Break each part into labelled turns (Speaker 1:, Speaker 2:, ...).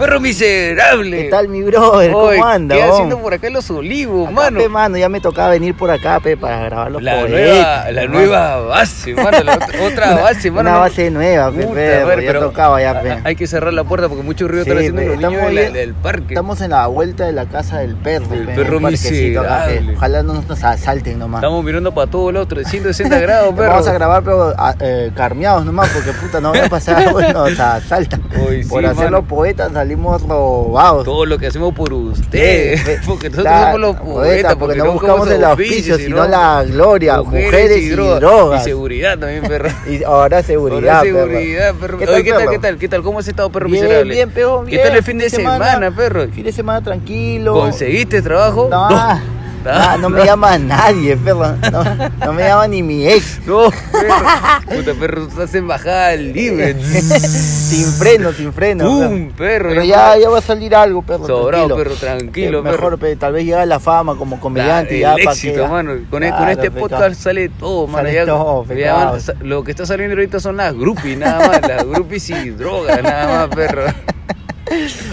Speaker 1: perro miserable.
Speaker 2: ¿Qué tal, mi brother? ¿Cómo
Speaker 1: Este, Oy,
Speaker 2: anda,
Speaker 1: ¿Qué
Speaker 2: bon?
Speaker 1: haciendo por acá en los olivos,
Speaker 2: Acá,
Speaker 1: mano?
Speaker 2: pe, mano, ya me tocaba venir por acá, pe, para grabar los
Speaker 1: La
Speaker 2: poetas,
Speaker 1: nueva, la
Speaker 2: mano.
Speaker 1: nueva base, mano. la otra- otra base, mano.
Speaker 2: Una
Speaker 1: no-
Speaker 2: base nueva, pe,
Speaker 1: Puta,
Speaker 2: perro,
Speaker 1: a ver,
Speaker 2: ya
Speaker 1: pero
Speaker 2: tocaba ya, pe.
Speaker 1: a- Hay que cerrar la puerta porque mucho ruido
Speaker 2: Sí,
Speaker 1: están haciendo
Speaker 2: pe,
Speaker 1: los niños
Speaker 2: estamos
Speaker 1: de la-
Speaker 2: bien.
Speaker 1: del parque.
Speaker 2: Estamos en la vuelta de la casa del perro,
Speaker 1: Del
Speaker 2: pe,
Speaker 1: perro
Speaker 2: un parquecito acá, pe.
Speaker 1: miserable.
Speaker 2: Ojalá no nos asalten nomás.
Speaker 1: Estamos mirando para todos lados, 360 grados, perro.
Speaker 2: Vamos a grabar, pero a- eh, carmeados nomás, porque puta, no voy a pasar, bueno, o sea, salta.
Speaker 1: Uy, sí,
Speaker 2: por hacer
Speaker 1: mano.
Speaker 2: los poetas salimos robados.
Speaker 1: Todo lo que hacemos por ustedes.
Speaker 2: Pe-
Speaker 1: Porque nosotros
Speaker 2: la-
Speaker 1: somos los poetas.
Speaker 2: porque no buscamos el auspicio, sino
Speaker 1: la
Speaker 2: la gloria, mujeres, y, drogas.
Speaker 1: Y seguridad también, perro.
Speaker 2: Y ahora seguridad.
Speaker 1: Ahora
Speaker 2: perro.
Speaker 1: seguridad, perro.
Speaker 2: ¿Qué tal,
Speaker 1: Oye, ¿Qué tal,
Speaker 2: perro?
Speaker 1: qué tal? ¿Qué tal? ¿Cómo has estado, perro
Speaker 2: Bien,
Speaker 1: miserable?
Speaker 2: bien, peón,
Speaker 1: ¿Qué tal
Speaker 2: bien.
Speaker 1: el fin de
Speaker 2: Fin de
Speaker 1: semana,
Speaker 2: semana.
Speaker 1: perro?
Speaker 2: Fin de semana tranquilo.
Speaker 1: ¿Conseguiste trabajo?
Speaker 2: No, ah, ah, no me llama nadie, perro. No, no me llama ni mi ex.
Speaker 1: No, perro. Puta, perro, estás en bajada libre.
Speaker 2: sin freno, sin freno.
Speaker 1: ¡Pum, perro!
Speaker 2: perro. Pero ya, ya va a salir algo, perro.
Speaker 1: Sobrado,
Speaker 2: tranquilo.
Speaker 1: perro, tranquilo,
Speaker 2: Eh, mejor,
Speaker 1: perro.
Speaker 2: pe, tal vez llega la fama como comediante.
Speaker 1: el
Speaker 2: ya, pa'
Speaker 1: éxito,
Speaker 2: que ya-
Speaker 1: mano. Con, e- con
Speaker 2: Claro,
Speaker 1: este
Speaker 2: pe,
Speaker 1: podcast
Speaker 2: claro.
Speaker 1: sale todo, mano.
Speaker 2: Sale
Speaker 1: ya-
Speaker 2: todo, pe,
Speaker 1: ya van-
Speaker 2: claro.
Speaker 1: sa- lo que está saliendo ahorita son las groupies, nada más. Las groupies y drogas, nada más, perro.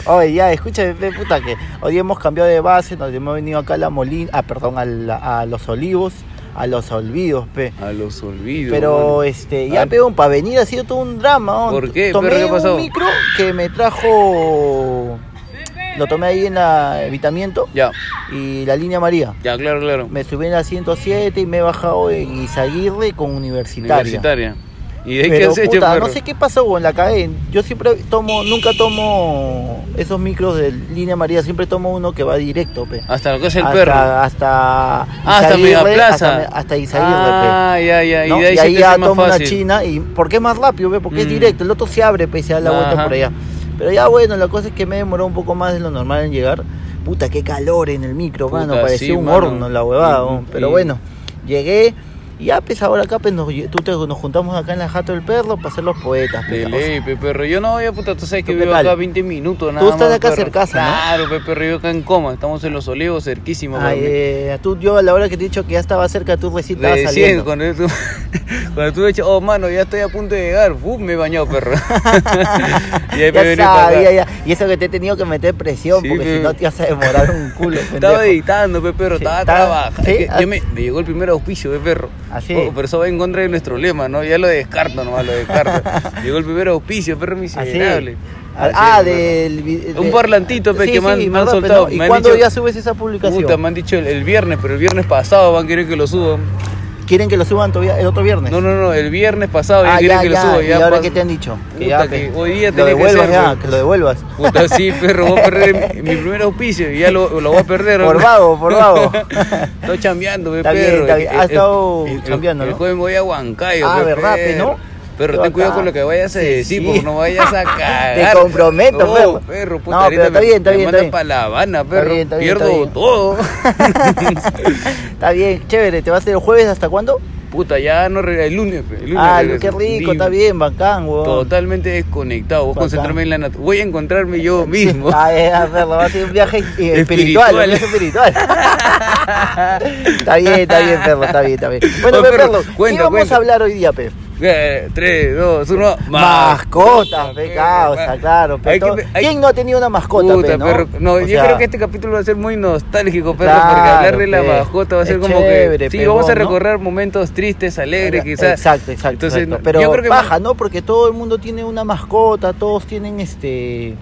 Speaker 2: Oye, ya, escúchame, pe, puta, que hoy hemos cambiado de base, nos hemos venido acá a la Molina, ah, perdón, a, la- a los olivos, a los olvidos, pe.
Speaker 1: A los olvidos.
Speaker 2: Pero
Speaker 1: mano.
Speaker 2: este, ya
Speaker 1: Ah.
Speaker 2: peón, para venir ha sido todo un drama. ¿no?
Speaker 1: ¿Por qué?
Speaker 2: Tomé
Speaker 1: ¿Pero qué pasó?
Speaker 2: un micro que me trajo, lo tomé ahí en la evitamiento
Speaker 1: Ya,
Speaker 2: y la línea María.
Speaker 1: ya, claro, claro.
Speaker 2: Me subí en la 107 y me he bajado en Izaguirre con Universitaria.
Speaker 1: Universitaria. ¿Y de ahí qué
Speaker 2: Pero,
Speaker 1: has hecho,
Speaker 2: puta,
Speaker 1: perro?
Speaker 2: no sé qué pasó con la cagué. Yo siempre tomo, nunca tomo esos micros de línea María, siempre tomo uno que va directo, pe.
Speaker 1: Hasta lo que Ah, es el
Speaker 2: hasta,
Speaker 1: perro.
Speaker 2: Hasta
Speaker 1: Ah, hasta
Speaker 2: Izaguirre,
Speaker 1: Megaplaza.
Speaker 2: Hasta, hasta Izaguirre, pe.
Speaker 1: Ah, ya, ya. Y
Speaker 2: ¿no?
Speaker 1: de ahí,
Speaker 2: Y
Speaker 1: se
Speaker 2: ahí
Speaker 1: te hace
Speaker 2: ya
Speaker 1: más
Speaker 2: toma una
Speaker 1: fácil.
Speaker 2: china y porque es más rápido, ve, porque es
Speaker 1: Mm.
Speaker 2: directo, el otro se abre, pese a la
Speaker 1: Ajá.
Speaker 2: vuelta por allá. Pero ya bueno, la cosa es que me demoró un poco más de lo normal en llegar. Puta, qué calor en el micro,
Speaker 1: Puta,
Speaker 2: mano, parecía
Speaker 1: sí,
Speaker 2: un
Speaker 1: mano.
Speaker 2: horno la huevada,
Speaker 1: Y-
Speaker 2: ¿no?
Speaker 1: y-
Speaker 2: pero bueno, llegué y ya pues ahora acá pues nos, tú te- nos juntamos acá en la jato del perro para ser los poetas. pues,
Speaker 1: De
Speaker 2: puta, o sea,
Speaker 1: ley, pe perro. Yo no voy a puta, tú sabes que
Speaker 2: ¿Tú qué
Speaker 1: vivo
Speaker 2: tal?
Speaker 1: acá 20 minutos, nada
Speaker 2: estás
Speaker 1: más,
Speaker 2: acá
Speaker 1: perro.
Speaker 2: cercaza, ¿no?
Speaker 1: Claro, pe perro, yo acá en coma. Estamos en los olivos, cerquísimos.
Speaker 2: ay,
Speaker 1: perro.
Speaker 2: eh, tú, yo a la hora que te he dicho que ya estaba cerca, tú recién estabas
Speaker 1: Recién,
Speaker 2: saliendo.
Speaker 1: cuando tú, cuando tú me dices, oh mano, ya estoy a punto de llegar, ¡Bum! me he bañado, perro. y ahí me
Speaker 2: Ya
Speaker 1: vení para acá.
Speaker 2: sabía, ya. Y eso que te he tenido que meter presión,
Speaker 1: Sí,
Speaker 2: porque
Speaker 1: pe.
Speaker 2: si no te ibas a demorar un culo. pendejo.
Speaker 1: Estaba editando, pe perro,
Speaker 2: Sí,
Speaker 1: estaba
Speaker 2: estaba-
Speaker 1: trabajando.
Speaker 2: sí,
Speaker 1: Es que
Speaker 2: ah.
Speaker 1: yo me, me llegó el primer auspicio, pe perro.
Speaker 2: Así.
Speaker 1: Oh, pero eso va en contra de nuestro lema, ¿no? Ya lo descarto nomás, lo descarto. llegó el primer auspicio, perro
Speaker 2: Así.
Speaker 1: miserable.
Speaker 2: Ah,
Speaker 1: Así,
Speaker 2: ah,
Speaker 1: pe, perro.
Speaker 2: del vi- de-
Speaker 1: Un parlantito, pe,
Speaker 2: Sí,
Speaker 1: que me han-
Speaker 2: sí,
Speaker 1: me han
Speaker 2: perdón, pe,
Speaker 1: soltado,
Speaker 2: no. ¿Y
Speaker 1: me han
Speaker 2: cuándo
Speaker 1: dicho-
Speaker 2: ya subes esa publicación?
Speaker 1: Puta, me han dicho el, el viernes, pero el viernes pasado van a querer que lo suban.
Speaker 2: ¿Quieren que lo suban todavía el otro viernes?
Speaker 1: No, no, no, el viernes pasado ya
Speaker 2: ah,
Speaker 1: quieren
Speaker 2: ya,
Speaker 1: que
Speaker 2: ya.
Speaker 1: lo suba.
Speaker 2: ¿Y
Speaker 1: ya
Speaker 2: ahora
Speaker 1: pas-
Speaker 2: qué te han dicho?
Speaker 1: Puta,
Speaker 2: ya, pe,
Speaker 1: que hoy día tiene
Speaker 2: lo
Speaker 1: que
Speaker 2: devuelvas
Speaker 1: ser,
Speaker 2: ya,
Speaker 1: pe.
Speaker 2: que lo devuelvas.
Speaker 1: Puta, sí, perro, voy a perder mi, mi primer auspicio y ya lo, lo voy a perder.
Speaker 2: Por vago, por vago.
Speaker 1: Estoy chambeando, pe,
Speaker 2: Está bien,
Speaker 1: perro.
Speaker 2: está bien.
Speaker 1: El-
Speaker 2: Has
Speaker 1: el-
Speaker 2: estado
Speaker 1: el-
Speaker 2: chambeando,
Speaker 1: El
Speaker 2: ¿no?
Speaker 1: jueves me voy a Huancayo,
Speaker 2: Ah,
Speaker 1: pe,
Speaker 2: ¿verdad, pe,
Speaker 1: perro.
Speaker 2: no?
Speaker 1: Perro,
Speaker 2: Yo
Speaker 1: ten cuidado
Speaker 2: acá.
Speaker 1: con lo que vayas a
Speaker 2: Sí,
Speaker 1: decir,
Speaker 2: sí.
Speaker 1: porque no vayas a cagar.
Speaker 2: Te comprometo,
Speaker 1: No,
Speaker 2: perro.
Speaker 1: perro, puta,
Speaker 2: No,
Speaker 1: ahorita
Speaker 2: pero está
Speaker 1: me-
Speaker 2: bien, está
Speaker 1: me
Speaker 2: bien, está
Speaker 1: mandan
Speaker 2: bien.
Speaker 1: pa' La Habana,
Speaker 2: Está
Speaker 1: perro.
Speaker 2: bien, está bien,
Speaker 1: Pierdo
Speaker 2: está bien.
Speaker 1: todo.
Speaker 2: Está bien, chévere. ¿Te vas a hacer el jueves hasta cuándo?
Speaker 1: Puta, ya no re- el lunes, pe, el lunes
Speaker 2: ah,
Speaker 1: regreso.
Speaker 2: qué rico,
Speaker 1: Vivo.
Speaker 2: está bien, bacán, weón.
Speaker 1: Totalmente desconectado. Voy a
Speaker 2: Bacán.
Speaker 1: concentrarme en la nat- Voy a encontrarme yo mismo.
Speaker 2: Ah, eh, ah, perro, va a ser un viaje eh, espiritual, un viaje espiritual. está bien, está bien, perro, está bien, está bien. Bueno,
Speaker 1: Oye,
Speaker 2: pe,
Speaker 1: perro,
Speaker 2: perro, ¿qué
Speaker 1: cuenta,
Speaker 2: vamos
Speaker 1: cuenta.
Speaker 2: a hablar hoy día, Pep?
Speaker 1: Eh, 3, 2, 1.
Speaker 2: Mascotas, pe, causa, claro. pe,
Speaker 1: Hay que
Speaker 2: todo.
Speaker 1: pe- hay-
Speaker 2: ¿Quién no ha tenido una mascota,
Speaker 1: Puta,
Speaker 2: pe, no?
Speaker 1: perro. No,
Speaker 2: O
Speaker 1: yo
Speaker 2: sea,
Speaker 1: creo que este capítulo va a ser muy nostálgico, perro,
Speaker 2: Claro,
Speaker 1: porque hablar de la
Speaker 2: pe.
Speaker 1: mascota va a ser
Speaker 2: Es
Speaker 1: como
Speaker 2: chévere,
Speaker 1: que. Sí,
Speaker 2: pe,
Speaker 1: vamos a
Speaker 2: vos, ¿no?
Speaker 1: recorrer momentos tristes, alegres, quizás.
Speaker 2: Exacto, exacto.
Speaker 1: Entonces,
Speaker 2: exacto.
Speaker 1: no,
Speaker 2: Pero
Speaker 1: yo creo que.
Speaker 2: baja, ¿no? Porque todo el mundo tiene una mascota, todos tienen este...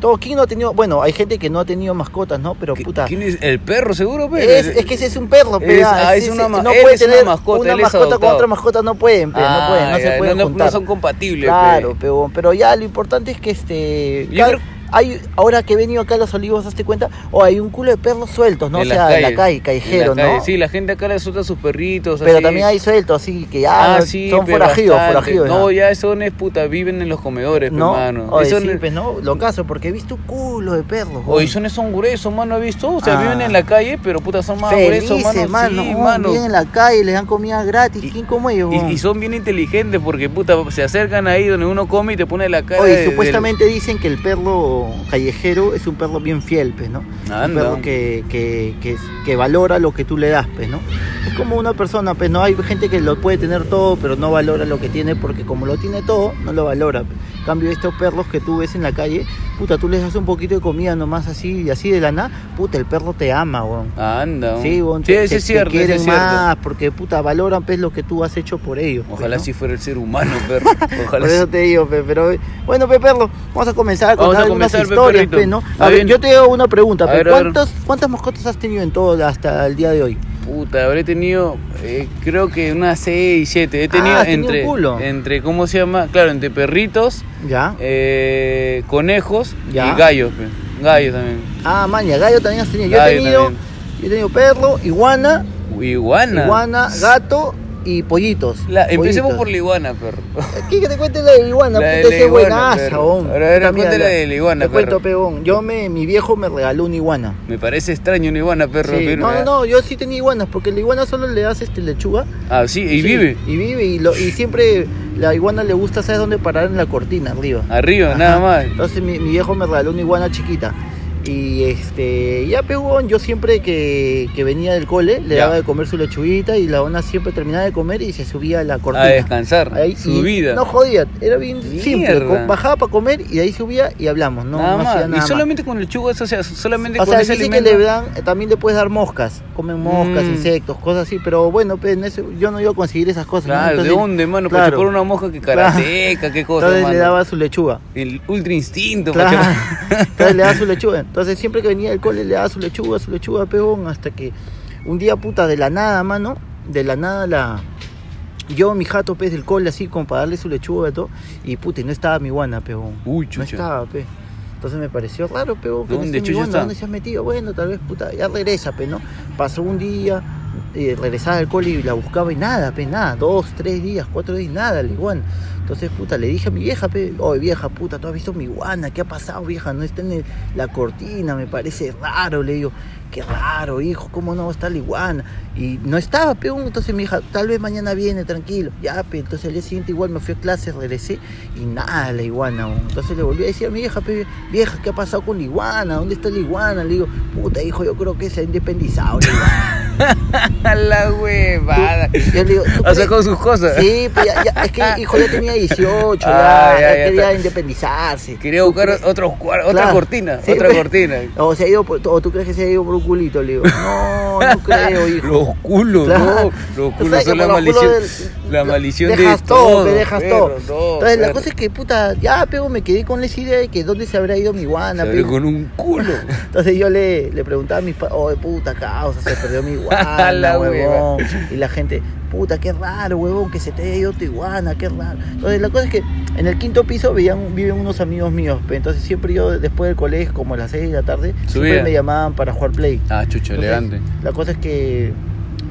Speaker 2: Todo, ¿Quién no ha tenido...? Bueno, hay gente que no ha tenido mascotas, ¿no? Pero,
Speaker 1: ¿Qui-
Speaker 2: puta...
Speaker 1: ¿Quién es? ¿El perro, seguro, perro?
Speaker 2: Es, es que ese es un perro, pe,
Speaker 1: Es-
Speaker 2: ah,
Speaker 1: ah,
Speaker 2: ese-
Speaker 1: es una
Speaker 2: ese-
Speaker 1: ma-
Speaker 2: no
Speaker 1: él
Speaker 2: puede
Speaker 1: es una
Speaker 2: tener
Speaker 1: mascota,
Speaker 2: una
Speaker 1: él es
Speaker 2: mascota con
Speaker 1: adoptado.
Speaker 2: otra mascota, no pueden, pe, no pueden, no
Speaker 1: Ah, ya,
Speaker 2: se pueden
Speaker 1: no,
Speaker 2: juntar.
Speaker 1: son compatibles,
Speaker 2: Claro,
Speaker 1: pe.
Speaker 2: pero, pero ya lo importante es que este.
Speaker 1: Yo
Speaker 2: cada-
Speaker 1: creo-
Speaker 2: hay, ahora que he venido acá a los olivos, hazte cuenta, o hay un culo de perros sueltos, ¿no?
Speaker 1: En
Speaker 2: o
Speaker 1: las
Speaker 2: sea, en la
Speaker 1: calles.
Speaker 2: calle,
Speaker 1: En
Speaker 2: callejero,
Speaker 1: la calle.
Speaker 2: ¿no?
Speaker 1: Sí, la gente acá le suelta sus perritos.
Speaker 2: pero
Speaker 1: así.
Speaker 2: también hay sueltos, así que ya
Speaker 1: Ah,
Speaker 2: no-
Speaker 1: sí,
Speaker 2: son
Speaker 1: pe,
Speaker 2: forajidos,
Speaker 1: bastante.
Speaker 2: forajidos.
Speaker 1: No,
Speaker 2: ya.
Speaker 1: ya son es puta, viven en los comedores, pe,
Speaker 2: ¿No?
Speaker 1: mano.
Speaker 2: Oye,
Speaker 1: Esos-
Speaker 2: sí, pues, no, lo caso, porque he visto culo de perros.
Speaker 1: Oye,
Speaker 2: güey.
Speaker 1: son son gruesos, mano, ¿has visto? O sea,
Speaker 2: Ah.
Speaker 1: viven en la calle, pero puta, son más gruesos, mano.
Speaker 2: Felices, mano,
Speaker 1: sí,
Speaker 2: güey,
Speaker 1: mano.
Speaker 2: viven en la calle, les dan comida gratis,
Speaker 1: Y-
Speaker 2: ¿quién como ellos?
Speaker 1: Y,
Speaker 2: güey?
Speaker 1: y son bien inteligentes porque, puta, se acercan ahí donde uno come y te pone la cara.
Speaker 2: Oye,
Speaker 1: de- del-
Speaker 2: supuestamente dicen que el perro callejero es un perro bien fiel, pues, ¿no? Un
Speaker 1: Anda.
Speaker 2: perro que, que, que, que valora lo que tú le das, pues, ¿no? Es como una persona, pues, ¿no? Hay gente que lo puede tener todo, pero no valora lo que tiene porque como lo tiene todo, no lo valora. pues. En cambio, estos perros que tú ves en la calle, puta, tú les das un poquito de comida nomás así y así de la nada, puta, el perro te ama, weón.
Speaker 1: Anda. weón.
Speaker 2: Sí, weón,
Speaker 1: sí,
Speaker 2: te,
Speaker 1: ese
Speaker 2: te-
Speaker 1: es
Speaker 2: te
Speaker 1: cierto. ese
Speaker 2: quieren
Speaker 1: es cierto.
Speaker 2: más porque puta valoran pues lo que tú has hecho por ellos. pues,
Speaker 1: Ojalá
Speaker 2: ¿no?
Speaker 1: si fuera el ser humano, perro. Ojalá
Speaker 2: Por eso
Speaker 1: sí.
Speaker 2: te digo, pe, pero bueno, pe, perro, vamos a comenzar a
Speaker 1: Pues Vamos
Speaker 2: contar
Speaker 1: a
Speaker 2: algunas
Speaker 1: comenzar, pe,
Speaker 2: historias,
Speaker 1: perrito.
Speaker 2: pe, ¿no?
Speaker 1: Está
Speaker 2: A ver,
Speaker 1: bien.
Speaker 2: yo te hago una pregunta,
Speaker 1: A
Speaker 2: pe,
Speaker 1: ver, a ver.
Speaker 2: ¿cuántos, ¿cuántas mascotas has tenido en todo hasta el día de hoy?
Speaker 1: Puta, habré tenido, eh, creo que unas 6, 7. He tenido
Speaker 2: Ah, has tenido
Speaker 1: entre,
Speaker 2: un culo.
Speaker 1: entre, ¿cómo se llama? Claro, entre perritos,
Speaker 2: ¿Ya?
Speaker 1: eh, conejos
Speaker 2: Ya.
Speaker 1: y gallos. pe. Gallos también.
Speaker 2: Ah, maña, gallo también has tenido. Yo he
Speaker 1: Gallo
Speaker 2: tenido,
Speaker 1: también.
Speaker 2: yo he tenido perro, iguana,
Speaker 1: Iguana.
Speaker 2: iguana, gato y pollitos.
Speaker 1: La- empecemos por
Speaker 2: pollitos.
Speaker 1: la iguana, perro.
Speaker 2: ¿Qué que te cuente la de la iguana?
Speaker 1: La de
Speaker 2: puta,
Speaker 1: la
Speaker 2: ese es
Speaker 1: iguana,
Speaker 2: buenaza,
Speaker 1: perro.
Speaker 2: hon.
Speaker 1: A ver, a ver,
Speaker 2: Puta, mira,
Speaker 1: cuéntale de la iguana,
Speaker 2: Te cuento,
Speaker 1: perro.
Speaker 2: peón. Yo me, mi viejo me regaló una iguana.
Speaker 1: Me parece extraño un iguana, perro. eh.
Speaker 2: Sí,
Speaker 1: pero-
Speaker 2: No, no, no, yo sí tenía iguanas, porque la iguana solo le das este lechuga.
Speaker 1: Ah, sí, y
Speaker 2: Sí,
Speaker 1: vive.
Speaker 2: Y vive, y, lo- y siempre la iguana le gusta, ¿sabes dónde parar? En la cortina, arriba.
Speaker 1: Arriba,
Speaker 2: Ajá.
Speaker 1: Ah, nada más.
Speaker 2: Entonces mi, mi viejo me regaló una iguana chiquita. Y este, ya pegó, yo siempre que, que venía del cole le
Speaker 1: Ya.
Speaker 2: daba de comer su lechuguita y la iguana siempre terminaba de comer y se subía a la cortina.
Speaker 1: A descansar.
Speaker 2: Ahí-
Speaker 1: su
Speaker 2: y
Speaker 1: vida.
Speaker 2: No jodía, era bien simple.
Speaker 1: Mierda.
Speaker 2: co- Bajaba para comer y de ahí subía y hablamos. No,
Speaker 1: nada
Speaker 2: no
Speaker 1: más.
Speaker 2: hacía nada
Speaker 1: y
Speaker 2: más.
Speaker 1: solamente con lechugas, o sea, solamente
Speaker 2: O
Speaker 1: con
Speaker 2: sea,
Speaker 1: ese
Speaker 2: dice
Speaker 1: alimento.
Speaker 2: que le dan, eh, también le puedes dar moscas, comen moscas,
Speaker 1: Mm.
Speaker 2: insectos, cosas así, pero bueno, pues, en eso- yo no iba a conseguir esas cosas. ¿no?
Speaker 1: Claro, ¿de
Speaker 2: Entonces-
Speaker 1: dónde, mano?
Speaker 2: claro.
Speaker 1: Para chupar una mosca que
Speaker 2: Claro.
Speaker 1: carateca, qué cosa,
Speaker 2: Entonces
Speaker 1: mano.
Speaker 2: le daba su lechuga.
Speaker 1: El ultra instinto,
Speaker 2: Claro.
Speaker 1: para chupar.
Speaker 2: Entonces le daba su lechuga. Entonces siempre que venía del cole le daba su lechuga, su lechuga, peón, hasta que un día puta de la nada, mano, de la nada la... Yo, mi jato, pez del cole, así, como para darle su lechuga y todo. Y puta, y no estaba mi guana, peón.
Speaker 1: Uy,
Speaker 2: No
Speaker 1: chucha.
Speaker 2: estaba, pe. Entonces me pareció raro, pe, vos, que no
Speaker 1: ¿Dónde
Speaker 2: esté mi
Speaker 1: chucha
Speaker 2: banda,
Speaker 1: está?
Speaker 2: ¿Dónde se has metido? Bueno, tal vez, puta, ya regresa, pe, ¿no? Pasó un día, eh, regresaba al cole y la buscaba y nada, pe, nada. Dos, tres días, cuatro días, nada, la iguana. Entonces, puta, le dije a mi vieja, pe, oye, vieja, puta, ¿tú has visto mi iguana? ¿Qué ha pasado, vieja? No está en el- la cortina, me parece raro, le digo. Qué raro, hijo, ¿cómo no va a estar la iguana? Y no estaba, pe, un- entonces mi hija, tal vez mañana viene, tranquilo. Ya, pe, entonces al día siguiente igual me fui a clase, regresé y nada, la iguana. weón. Entonces le volví a decir a mi vieja, "Pe, vieja, ¿qué ha pasado con la iguana? ¿Dónde está la iguana? Le digo, puta hijo, yo creo que se ha independizado. la iguana".
Speaker 1: A la huevada.
Speaker 2: Yo le digo, "¿Tú
Speaker 1: Ha
Speaker 2: crees?".
Speaker 1: sacado sus cosas.
Speaker 2: Sí, pe, ya- ya- es que hijo ya tenía 18, ya,
Speaker 1: Ah, ya,
Speaker 2: ya
Speaker 1: ya
Speaker 2: quería
Speaker 1: está.
Speaker 2: independizarse.
Speaker 1: Quería buscar otro, cuar- otra
Speaker 2: Claro.
Speaker 1: cortina,
Speaker 2: Sí, pues.
Speaker 1: otra
Speaker 2: pe.
Speaker 1: cortina.
Speaker 2: O, se ha ido por- o tú crees que se ha ido por un culito, le digo. No, no creo, hijo.
Speaker 1: Los culos,
Speaker 2: Claro.
Speaker 1: no. Los
Speaker 2: O
Speaker 1: culos
Speaker 2: sea,
Speaker 1: son
Speaker 2: como
Speaker 1: la
Speaker 2: los
Speaker 1: maldición.
Speaker 2: culos del-
Speaker 1: la maldición
Speaker 2: dejas
Speaker 1: de
Speaker 2: todo,
Speaker 1: todo.
Speaker 2: me dejas
Speaker 1: perro,
Speaker 2: todo.
Speaker 1: no,
Speaker 2: Entonces la
Speaker 1: perro.
Speaker 2: cosa es que puta, ya pego me quedé con esa idea de que dónde se habrá ido mi
Speaker 1: Se
Speaker 2: iguana,
Speaker 1: abrió
Speaker 2: pe.
Speaker 1: con un culo.
Speaker 2: Entonces yo le, le preguntaba a mis padres, oh puta causa, se perdió mi
Speaker 1: A
Speaker 2: iguana,
Speaker 1: la
Speaker 2: huevón. Y la gente, puta, qué raro, huevón, que se te haya ido tu iguana, qué raro. Entonces la cosa es que en el quinto piso vivían, viven unos amigos míos, pe. entonces siempre yo después del colegio, como a las 6 de la tarde, siempre
Speaker 1: Subía.
Speaker 2: me llamaban para jugar play.
Speaker 1: Ah, chucho,
Speaker 2: Entonces,
Speaker 1: elegante.
Speaker 2: La cosa es que,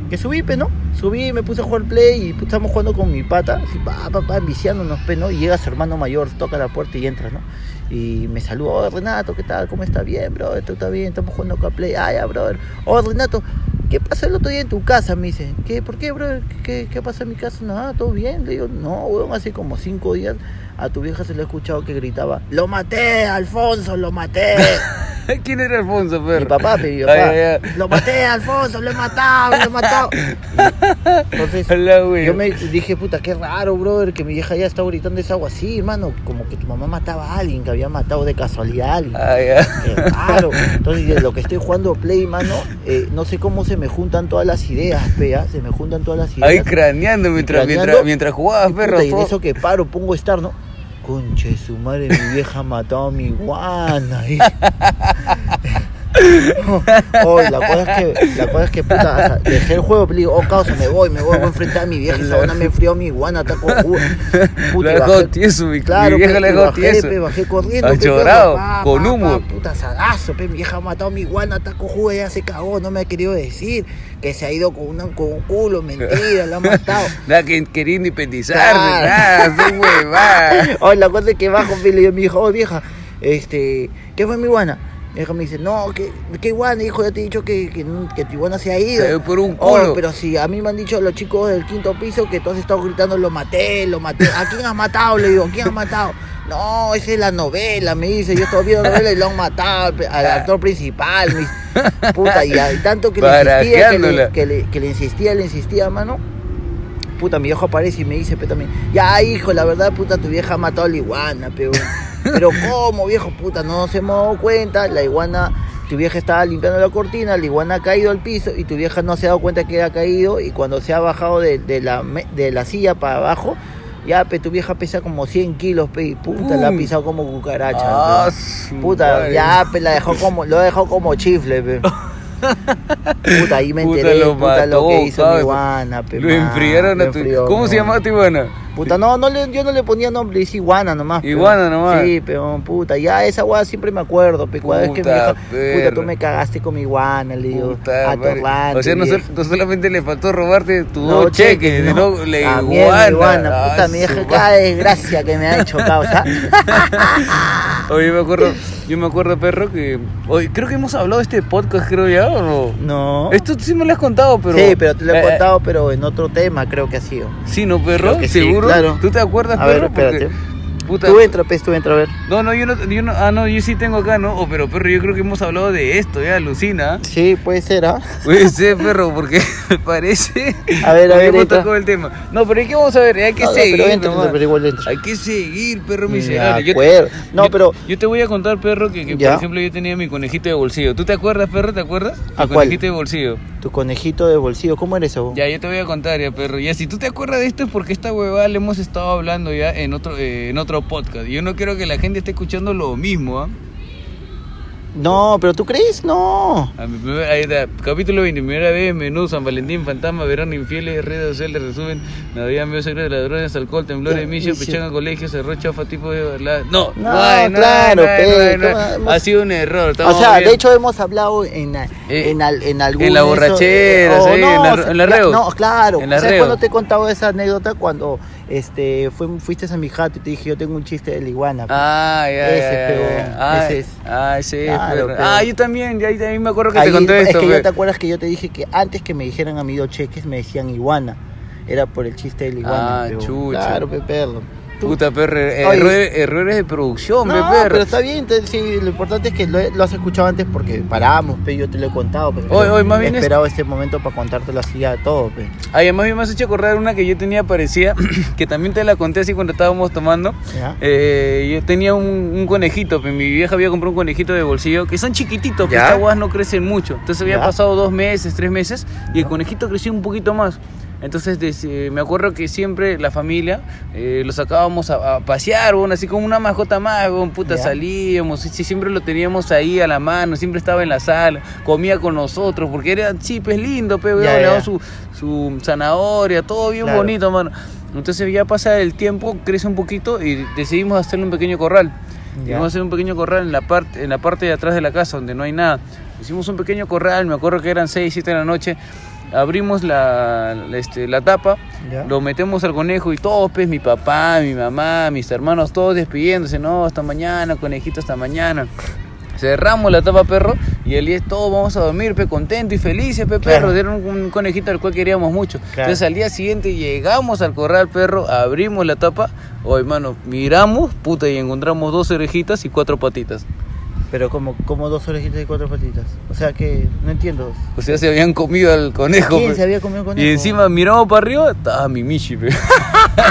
Speaker 2: que subí, pe, ¿no? Subí y me puse a jugar play y pues, estábamos jugando con mi pata, así, pa, pa, pa, viciándonos, pe, ¿no? Y llega su hermano mayor, toca la puerta y entra, ¿no? Y me saluda, oh, Renato, ¿qué tal? ¿Cómo está? Bien, bro, ¿tú está bien? Estamos jugando acá play. Ah, ya, brother. Oh, Renato, ¿qué pasó el otro día en tu casa? Me dice, ¿qué? ¿Por qué, bro? ¿Qué, qué pasó en mi casa? Nada, ¿todo bien? Le digo, no, weón, hace como cinco días a tu vieja se le ha escuchado que gritaba, ¡Lo maté, Alfonso, lo maté!
Speaker 1: ¿Quién era Alfonso, perro?
Speaker 2: Mi papá, pe,
Speaker 1: Ay,
Speaker 2: mi papá.
Speaker 1: ay, ay.
Speaker 2: Lo maté, Alfonso, lo he matado, lo he matado. Entonces,
Speaker 1: A la hueva.
Speaker 2: yo me dije, puta, qué raro, brother, que mi vieja ya está gritando esa agua así, hermano. Como que tu mamá mataba a alguien, que había matado de casualidad a alguien.
Speaker 1: Ay, ay.
Speaker 2: Qué raro. Entonces, de lo que estoy jugando Play, mano, eh, no sé cómo se me juntan todas las ideas, pea. Se me juntan todas las ideas.
Speaker 1: Ahí craneando mientras,
Speaker 2: craneando.
Speaker 1: mientras, mientras jugabas,
Speaker 2: Y
Speaker 1: perro.
Speaker 2: puta, y en
Speaker 1: todo.
Speaker 2: eso que paro, pongo estar, ¿no? Conche, su madre, mi vieja ha matado a mi iguana. ¿eh? Oh, la cosa es que, la cosa es que puta, o sea, dejé el juego, pero digo, oh, causa, me voy, me voy, voy a enfrentar a mi vieja, esa buena me enfrió mi iguana, está con jugo.
Speaker 1: Lo
Speaker 2: Puta, y
Speaker 1: dejó
Speaker 2: bajé-
Speaker 1: tieso, mi- mi
Speaker 2: claro,
Speaker 1: vieja
Speaker 2: pe,
Speaker 1: lo
Speaker 2: y
Speaker 1: dejó
Speaker 2: bajé,
Speaker 1: tieso.
Speaker 2: pe, bachorado corriendo.
Speaker 1: Ha
Speaker 2: pe, perro,
Speaker 1: llorado,
Speaker 2: pa,
Speaker 1: con
Speaker 2: pa,
Speaker 1: humo.
Speaker 2: pa, puta, sadazo, pe, mi vieja ha matado a mi iguana, taco jugo, ella se cagó, no me ha querido decir que se ha ido con, una- con un culo, mentira, la ha matado.
Speaker 1: Nada que quería independizarse,
Speaker 2: Claro.
Speaker 1: nada, son huevadas.
Speaker 2: Oye, la cosa es que bajo, pe, le digo a mi hijo, oh vieja, este, ¿qué fue mi iguana? Mi hija me dice, no, que, que iguana, hijo, ya te he dicho que, que, que tu iguana se ha ido.
Speaker 1: Se ve por un
Speaker 2: "Oh,
Speaker 1: culo".
Speaker 2: pero si a mí me han dicho los chicos del quinto piso que todos has estado gritando, lo maté, lo maté. ¿A quién has matado? Le digo, ¿a quién has matado? No, esa es la novela, me dice, yo estoy viendo la novela y lo han matado al, al actor principal, me dice. Puta, y, y tanto que le insistía, que le-
Speaker 1: Barajeándola.
Speaker 2: que le- que le insistía, le insistía, mano puta, mi viejo aparece y me dice, pe, también, ya, hijo, la verdad, puta, tu vieja ha matado a la iguana, pe, weón". Pero, ¿cómo, viejo, puta? No nos hemos dado cuenta, la iguana, tu vieja estaba limpiando la cortina, la iguana ha caído al piso y tu vieja no se ha dado cuenta que ha caído y cuando se ha bajado de, de la, me- de la silla para abajo, ya, pe, tu vieja pesa como 100 kilos, pe, y puta, la ha
Speaker 1: Uy.
Speaker 2: pisado como cucaracha.
Speaker 1: Ah,
Speaker 2: pe.
Speaker 1: su
Speaker 2: Puta,
Speaker 1: madre.
Speaker 2: ya, pe, la dejó como, lo dejó como chifle, pe. Puta, ahí me
Speaker 1: Puta,
Speaker 2: enteré,
Speaker 1: lo
Speaker 2: puta, lo que
Speaker 1: mató,
Speaker 2: hizo mi
Speaker 1: cabrón.
Speaker 2: iguana, pe.
Speaker 1: Lo
Speaker 2: man,
Speaker 1: enfriaron
Speaker 2: lo
Speaker 1: a tu.
Speaker 2: enfrió,
Speaker 1: ¿Cómo se
Speaker 2: man.
Speaker 1: llama tu iguana?
Speaker 2: Puta, no, no le, yo no le ponía nombre, es iguana nomás. pe.
Speaker 1: Iguana nomás.
Speaker 2: Sí, peón, puta. Ya esa guada siempre me acuerdo, pe. Cada vez que me
Speaker 1: Puta
Speaker 2: deja, puta, tú
Speaker 1: perra.
Speaker 2: me cagaste con mi iguana, le digo.
Speaker 1: Puta
Speaker 2: a tu
Speaker 1: madre.
Speaker 2: orlante,
Speaker 1: o sea, no, sol-
Speaker 2: viejo.
Speaker 1: no solamente le faltó robarte tus
Speaker 2: No,
Speaker 1: dos cheques,
Speaker 2: cheque,
Speaker 1: sino la
Speaker 2: También mi
Speaker 1: iguana. Ah,
Speaker 2: puta, mi
Speaker 1: su
Speaker 2: vieja,
Speaker 1: madre.
Speaker 2: cada desgracia que me ha hecho, causa.
Speaker 1: Oye, me acuerdo, yo me acuerdo, perro, que. Oye, creo que hemos hablado de este podcast, creo ya, ¿o no?
Speaker 2: No.
Speaker 1: Esto sí me lo has contado, pero.
Speaker 2: sí, pero te lo he
Speaker 1: Eh,
Speaker 2: contado, pero en otro tema creo que ha sido.
Speaker 1: Sí, ¿no, perro?
Speaker 2: Creo que sí,
Speaker 1: ¿Seguro?
Speaker 2: claro.
Speaker 1: ¿Tú te acuerdas,
Speaker 2: A ver,
Speaker 1: perro? Porque-
Speaker 2: espérate.
Speaker 1: Puta,
Speaker 2: Tú entra, pez, tú entra, a ver.
Speaker 1: No, no yo, no, yo no, ah, no, yo sí tengo acá, ¿no? Oh, pero perro, yo creo que hemos hablado de esto, ya, alucina.
Speaker 2: Sí, puede ser, ¿ah?
Speaker 1: Puede ser, perro, porque me parece.
Speaker 2: A ver, a
Speaker 1: que
Speaker 2: ver,
Speaker 1: hemos
Speaker 2: entra.
Speaker 1: tocado el tema. No, pero es que vamos a ver, hay que
Speaker 2: No, no,
Speaker 1: seguir.
Speaker 2: pero entra,
Speaker 1: nomás.
Speaker 2: pero igual entra.
Speaker 1: Hay que seguir, perro
Speaker 2: Me
Speaker 1: miserable. Yo te-
Speaker 2: acuerdo. No,
Speaker 1: yo-
Speaker 2: pero-
Speaker 1: Yo te voy a contar, perro, que, que, por
Speaker 2: Ya.
Speaker 1: ejemplo yo tenía mi conejito de bolsillo. ¿Tú te acuerdas, perro? ¿Te acuerdas? Mi
Speaker 2: ¿A cuál?
Speaker 1: conejito de bolsillo.
Speaker 2: Tu conejito de bolsillo, ¿cómo eres vos?
Speaker 1: Ya, yo te voy a contar, ya, perro. Ya, si tú te acuerdas de esto es porque esta huevada le hemos estado hablando ya en otro, eh, en otro podcast. Yo no quiero que la gente esté escuchando lo mismo, ¿ah?
Speaker 2: No, pero tú crees, no.
Speaker 1: A mi primer- ahí está, capítulo 20, primera vez, menú, San Valentín, fantasma, verano, infieles, redes sociales, resumen, navidad, medio secreto, ladrones, alcohol, temblores,
Speaker 2: Ya,
Speaker 1: millo,
Speaker 2: sí.
Speaker 1: pichanga, colegio, cerró, chafa, tipo de verdad. No,
Speaker 2: No,
Speaker 1: hay, hay,
Speaker 2: claro,
Speaker 1: no hay, no
Speaker 2: pe,
Speaker 1: hay, no hay.
Speaker 2: ¿cómo hemos-
Speaker 1: ha sido un error.
Speaker 2: O
Speaker 1: estamos
Speaker 2: sea,
Speaker 1: bien.
Speaker 2: de hecho hemos hablado en, a-
Speaker 1: Eh,
Speaker 2: en, al- en algún...
Speaker 1: en la
Speaker 2: eso-
Speaker 1: borrachera,
Speaker 2: o
Speaker 1: sí, en la-
Speaker 2: o sea,
Speaker 1: en la
Speaker 2: cla-
Speaker 1: reo.
Speaker 2: oh, No, claro.
Speaker 1: En la
Speaker 2: ¿Sabes
Speaker 1: reo.
Speaker 2: cuando te he contado esa anécdota? Cuando este, fue- fuiste a mi jato y te dije, yo tengo un chiste de la iguana. pe.
Speaker 1: Ah, ya, ya,
Speaker 2: Ese,
Speaker 1: ya,
Speaker 2: pero,
Speaker 1: ya. Ah,
Speaker 2: ese es.
Speaker 1: Ah, ese es,
Speaker 2: Claro,
Speaker 1: pero-
Speaker 2: pero-
Speaker 1: Ah, yo también, ya, ya me acuerdo que
Speaker 2: Ahí-
Speaker 1: te conté
Speaker 2: es
Speaker 1: esto.
Speaker 2: que
Speaker 1: pe.
Speaker 2: ya te acuerdas que yo te dije que antes que me dijeran a mí dos cheques me decían iguana. Era por el chiste de la iguana.
Speaker 1: Ah,
Speaker 2: pe,
Speaker 1: chucha.
Speaker 2: Claro, pe, perdón. Tú-
Speaker 1: Puta perro, er-
Speaker 2: Oye.
Speaker 1: errores, errores de producción, pe,
Speaker 2: No,
Speaker 1: perro.
Speaker 2: pero está bien, te- sí, lo importante es que lo, lo has escuchado antes porque paramos, pe, yo te lo he contado, pues, pero
Speaker 1: Oye, oye, más bien
Speaker 2: he
Speaker 1: es-
Speaker 2: esperado este momento para contártelo así a todo, pe.
Speaker 1: Ay, además me has hecho acordar una que yo tenía parecida, que también te la conté así cuando estábamos tomando.
Speaker 2: ¿Ya?
Speaker 1: Eh, yo tenía un, un conejito, pe, mi vieja había comprado un conejito de bolsillo, que son chiquititos, que
Speaker 2: ¿Ya?
Speaker 1: estas guas no crecen mucho. Entonces había
Speaker 2: ¿Ya?
Speaker 1: pasado dos meses, tres meses, y el conejito creció un poquito más. Entonces des- eh, me acuerdo que siempre la familia eh, lo sacábamos a, a pasear, bueno, así como una mascota más, bueno, puta,
Speaker 2: ¿Ya?
Speaker 1: salíamos, y sí, siempre lo teníamos ahí a la mano, siempre estaba en la sala, comía con nosotros, porque era chip, es lindo, pe,
Speaker 2: Ya,
Speaker 1: weón,
Speaker 2: ya,
Speaker 1: le
Speaker 2: ya.
Speaker 1: daban su, su zanahoria, todo bien
Speaker 2: Claro.
Speaker 1: bonito bonito, mano. Entonces ya pasa el tiempo, crece un poquito y decidimos hacerle un pequeño corral.
Speaker 2: Ya.
Speaker 1: Vamos a hacer un pequeño corral en la parte en la parte de atrás de la casa donde no hay nada. Hicimos un pequeño corral, me acuerdo que eran 6, 7 de la noche. Abrimos la, la, este, la tapa,
Speaker 2: Ya.
Speaker 1: lo metemos al conejo y todos, pues, mi papá, mi mamá, mis hermanos, todos despidiéndose, no, hasta mañana, conejito, hasta mañana. Cerramos la tapa, perro, y el día todos vamos a dormir, pe, contento y felices, pe,
Speaker 2: Claro.
Speaker 1: perro. Era un, un conejito al cual queríamos mucho.
Speaker 2: Claro.
Speaker 1: Entonces al día siguiente llegamos al corral, perro, abrimos la tapa, hoy, mano, miramos, puta, y encontramos dos orejitas y cuatro patitas.
Speaker 2: Pero como, como dos orejitas y cuatro patitas. O sea que no entiendo.
Speaker 1: O sea, se habían comido al conejo.
Speaker 2: ¿Quién
Speaker 1: pe.
Speaker 2: se había comido con
Speaker 1: Y encima miramos para arriba, estaba mi Michi, pe.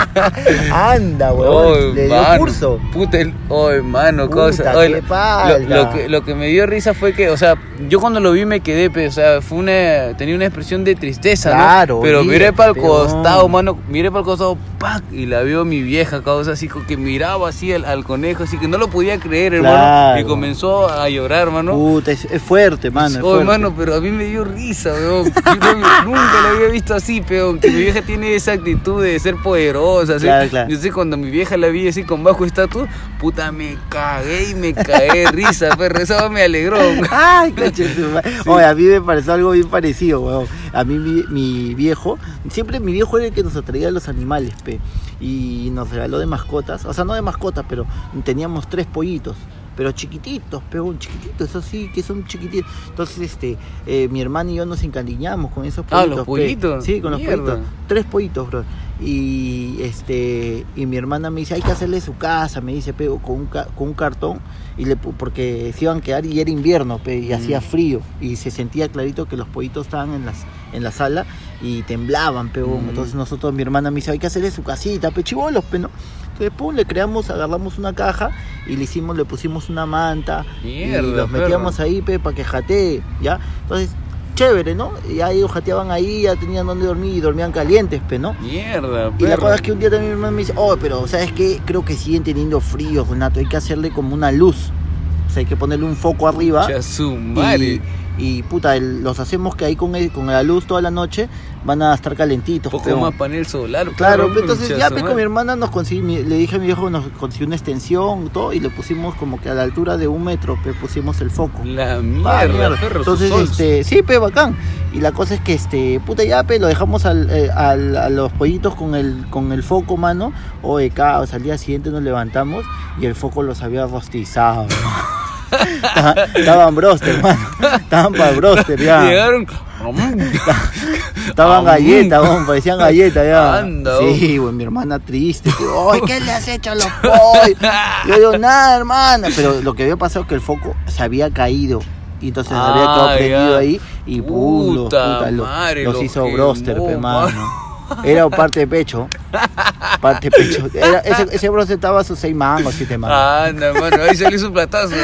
Speaker 2: Anda,
Speaker 1: Oy,
Speaker 2: huevón, le dio
Speaker 1: mano,
Speaker 2: curso.
Speaker 1: Puta, el, oy, mano,
Speaker 2: Puta,
Speaker 1: cosa. oy,
Speaker 2: qué
Speaker 1: lo-
Speaker 2: palta.
Speaker 1: lo, lo que, lo que me dio risa fue que, o sea, yo cuando lo vi me quedé, pe, o sea, fue una, tenía una expresión de tristeza,
Speaker 2: Claro,
Speaker 1: ¿no? Pero miré
Speaker 2: olvídate,
Speaker 1: para el
Speaker 2: peón.
Speaker 1: costado, mano, miré para el costado, ¡pac! Y la vio mi vieja, causa, así como que miraba así al, al conejo, así que no lo podía creer, hermano.
Speaker 2: Claro.
Speaker 1: Y comenzó a llorar, hermano.
Speaker 2: Puta, es, es fuerte, mano. es
Speaker 1: Oh,
Speaker 2: fuerte.
Speaker 1: hermano, pero a mí me dio risa, weón. Yo no- nunca la había visto así, peón. Que mi vieja tiene esa actitud de ser poderosa. ¿sí?
Speaker 2: Claro, claro.
Speaker 1: Yo sé, cuando mi vieja la vi así con bajo estatus, puta, me cagué y me cagué de risa, perro. Eso me alegró.
Speaker 2: Ay, coche tu madre. Oye, a mí me pareció algo bien parecido, weón. A mí mi, mi viejo, siempre mi viejo era el que nos atraía a los animales, pe. Y nos regaló de mascotas, o sea, no de mascotas, pero teníamos tres pollitos. Pero chiquititos, peón, chiquititos, eso sí, que son chiquititos. Entonces, este, eh, mi hermano y yo nos encariñamos con esos
Speaker 1: Ah,
Speaker 2: pollitos.
Speaker 1: los
Speaker 2: pe.
Speaker 1: pollitos.
Speaker 2: Sí, con
Speaker 1: Mierda.
Speaker 2: los pollitos. Tres pollitos, bro. Y este, y mi hermana me dice, hay que hacerle su casa, me dice, pego con un, ca- con un cartón y le pu- porque se iban a quedar
Speaker 1: Mm.
Speaker 2: y era invierno pe, y hacía frío y se sentía clarito que los pollitos estaban en las en la sala y temblaban, pe, huevón.
Speaker 1: Mm.
Speaker 2: Entonces nosotros, mi hermana me dice, hay que hacerle su casita, pe, chibolos, pe, ¿no? Entonces, pum, le creamos, agarramos una caja y le hicimos, le pusimos una manta y
Speaker 1: Mierda,
Speaker 2: los
Speaker 1: perro.
Speaker 2: metíamos ahí, pe, para que jatee, ¿ya? Entonces, chévere, ¿no? Y ahí ellos jateaban ahí, ya tenían donde dormir y dormían calientes, pe, ¿no?
Speaker 1: Mierda,
Speaker 2: Y la
Speaker 1: perro.
Speaker 2: cosa es que un día también mi hermano me dice, oh, pero ¿sabes qué? Creo que siguen teniendo frío, Renato, hay que hacerle como una luz. O sea, hay que ponerle un foco arriba.
Speaker 1: Cha su
Speaker 2: Y,
Speaker 1: madre.
Speaker 2: y, puta, el- los hacemos que ahí con, el- con la luz toda la noche van a estar calentitos.
Speaker 1: Poco
Speaker 2: peón.
Speaker 1: más panel solar.
Speaker 2: Claro,
Speaker 1: perro,
Speaker 2: pe, entonces
Speaker 1: cha
Speaker 2: ya
Speaker 1: su
Speaker 2: pe, con mi
Speaker 1: madre.
Speaker 2: hermana nos conseguí, mi- le dije a mi viejo nos consiguió una extensión todo y le pusimos como que a la altura de un metro, pe, pusimos el foco.
Speaker 1: La
Speaker 2: Ah,
Speaker 1: mierda,
Speaker 2: mierda.
Speaker 1: perro.
Speaker 2: Entonces,
Speaker 1: sus sols.
Speaker 2: este, sí, pe, bacán. Y la cosa es que, este, puta ya, pe, lo dejamos al, eh, al- a los pollitos con el, con el foco, mano. O de ca- o sea, al día siguiente nos levantamos y el foco los había rostizado. Estaba- Estaban broster, mano. Estaban para broster, ya.
Speaker 1: Llegaron.
Speaker 2: Estaban
Speaker 1: Ah,
Speaker 2: galletas, weón, parecían galletas, ya.
Speaker 1: Anda,
Speaker 2: Sí, weón, mi hermana triste. pe, Ay, ¿qué le has hecho a los pollos? Yo digo, nada, hermana. Pero lo que había pasado es que el foco se había caído. Y entonces se había
Speaker 1: Ah,
Speaker 2: quedado prendido
Speaker 1: ya.
Speaker 2: ahí. Y pum, los,
Speaker 1: Puta
Speaker 2: puta, los-
Speaker 1: madre,
Speaker 2: los
Speaker 1: los
Speaker 2: hizo
Speaker 1: quemó,
Speaker 2: broster, pe, mano.
Speaker 1: mano.
Speaker 2: Era parte de pecho. Parte de pecho. Era- ese, ese broster estaba a sus seis mangos, siete
Speaker 1: Ah.
Speaker 2: mangos.
Speaker 1: Anda, mano, ahí salió su platazo.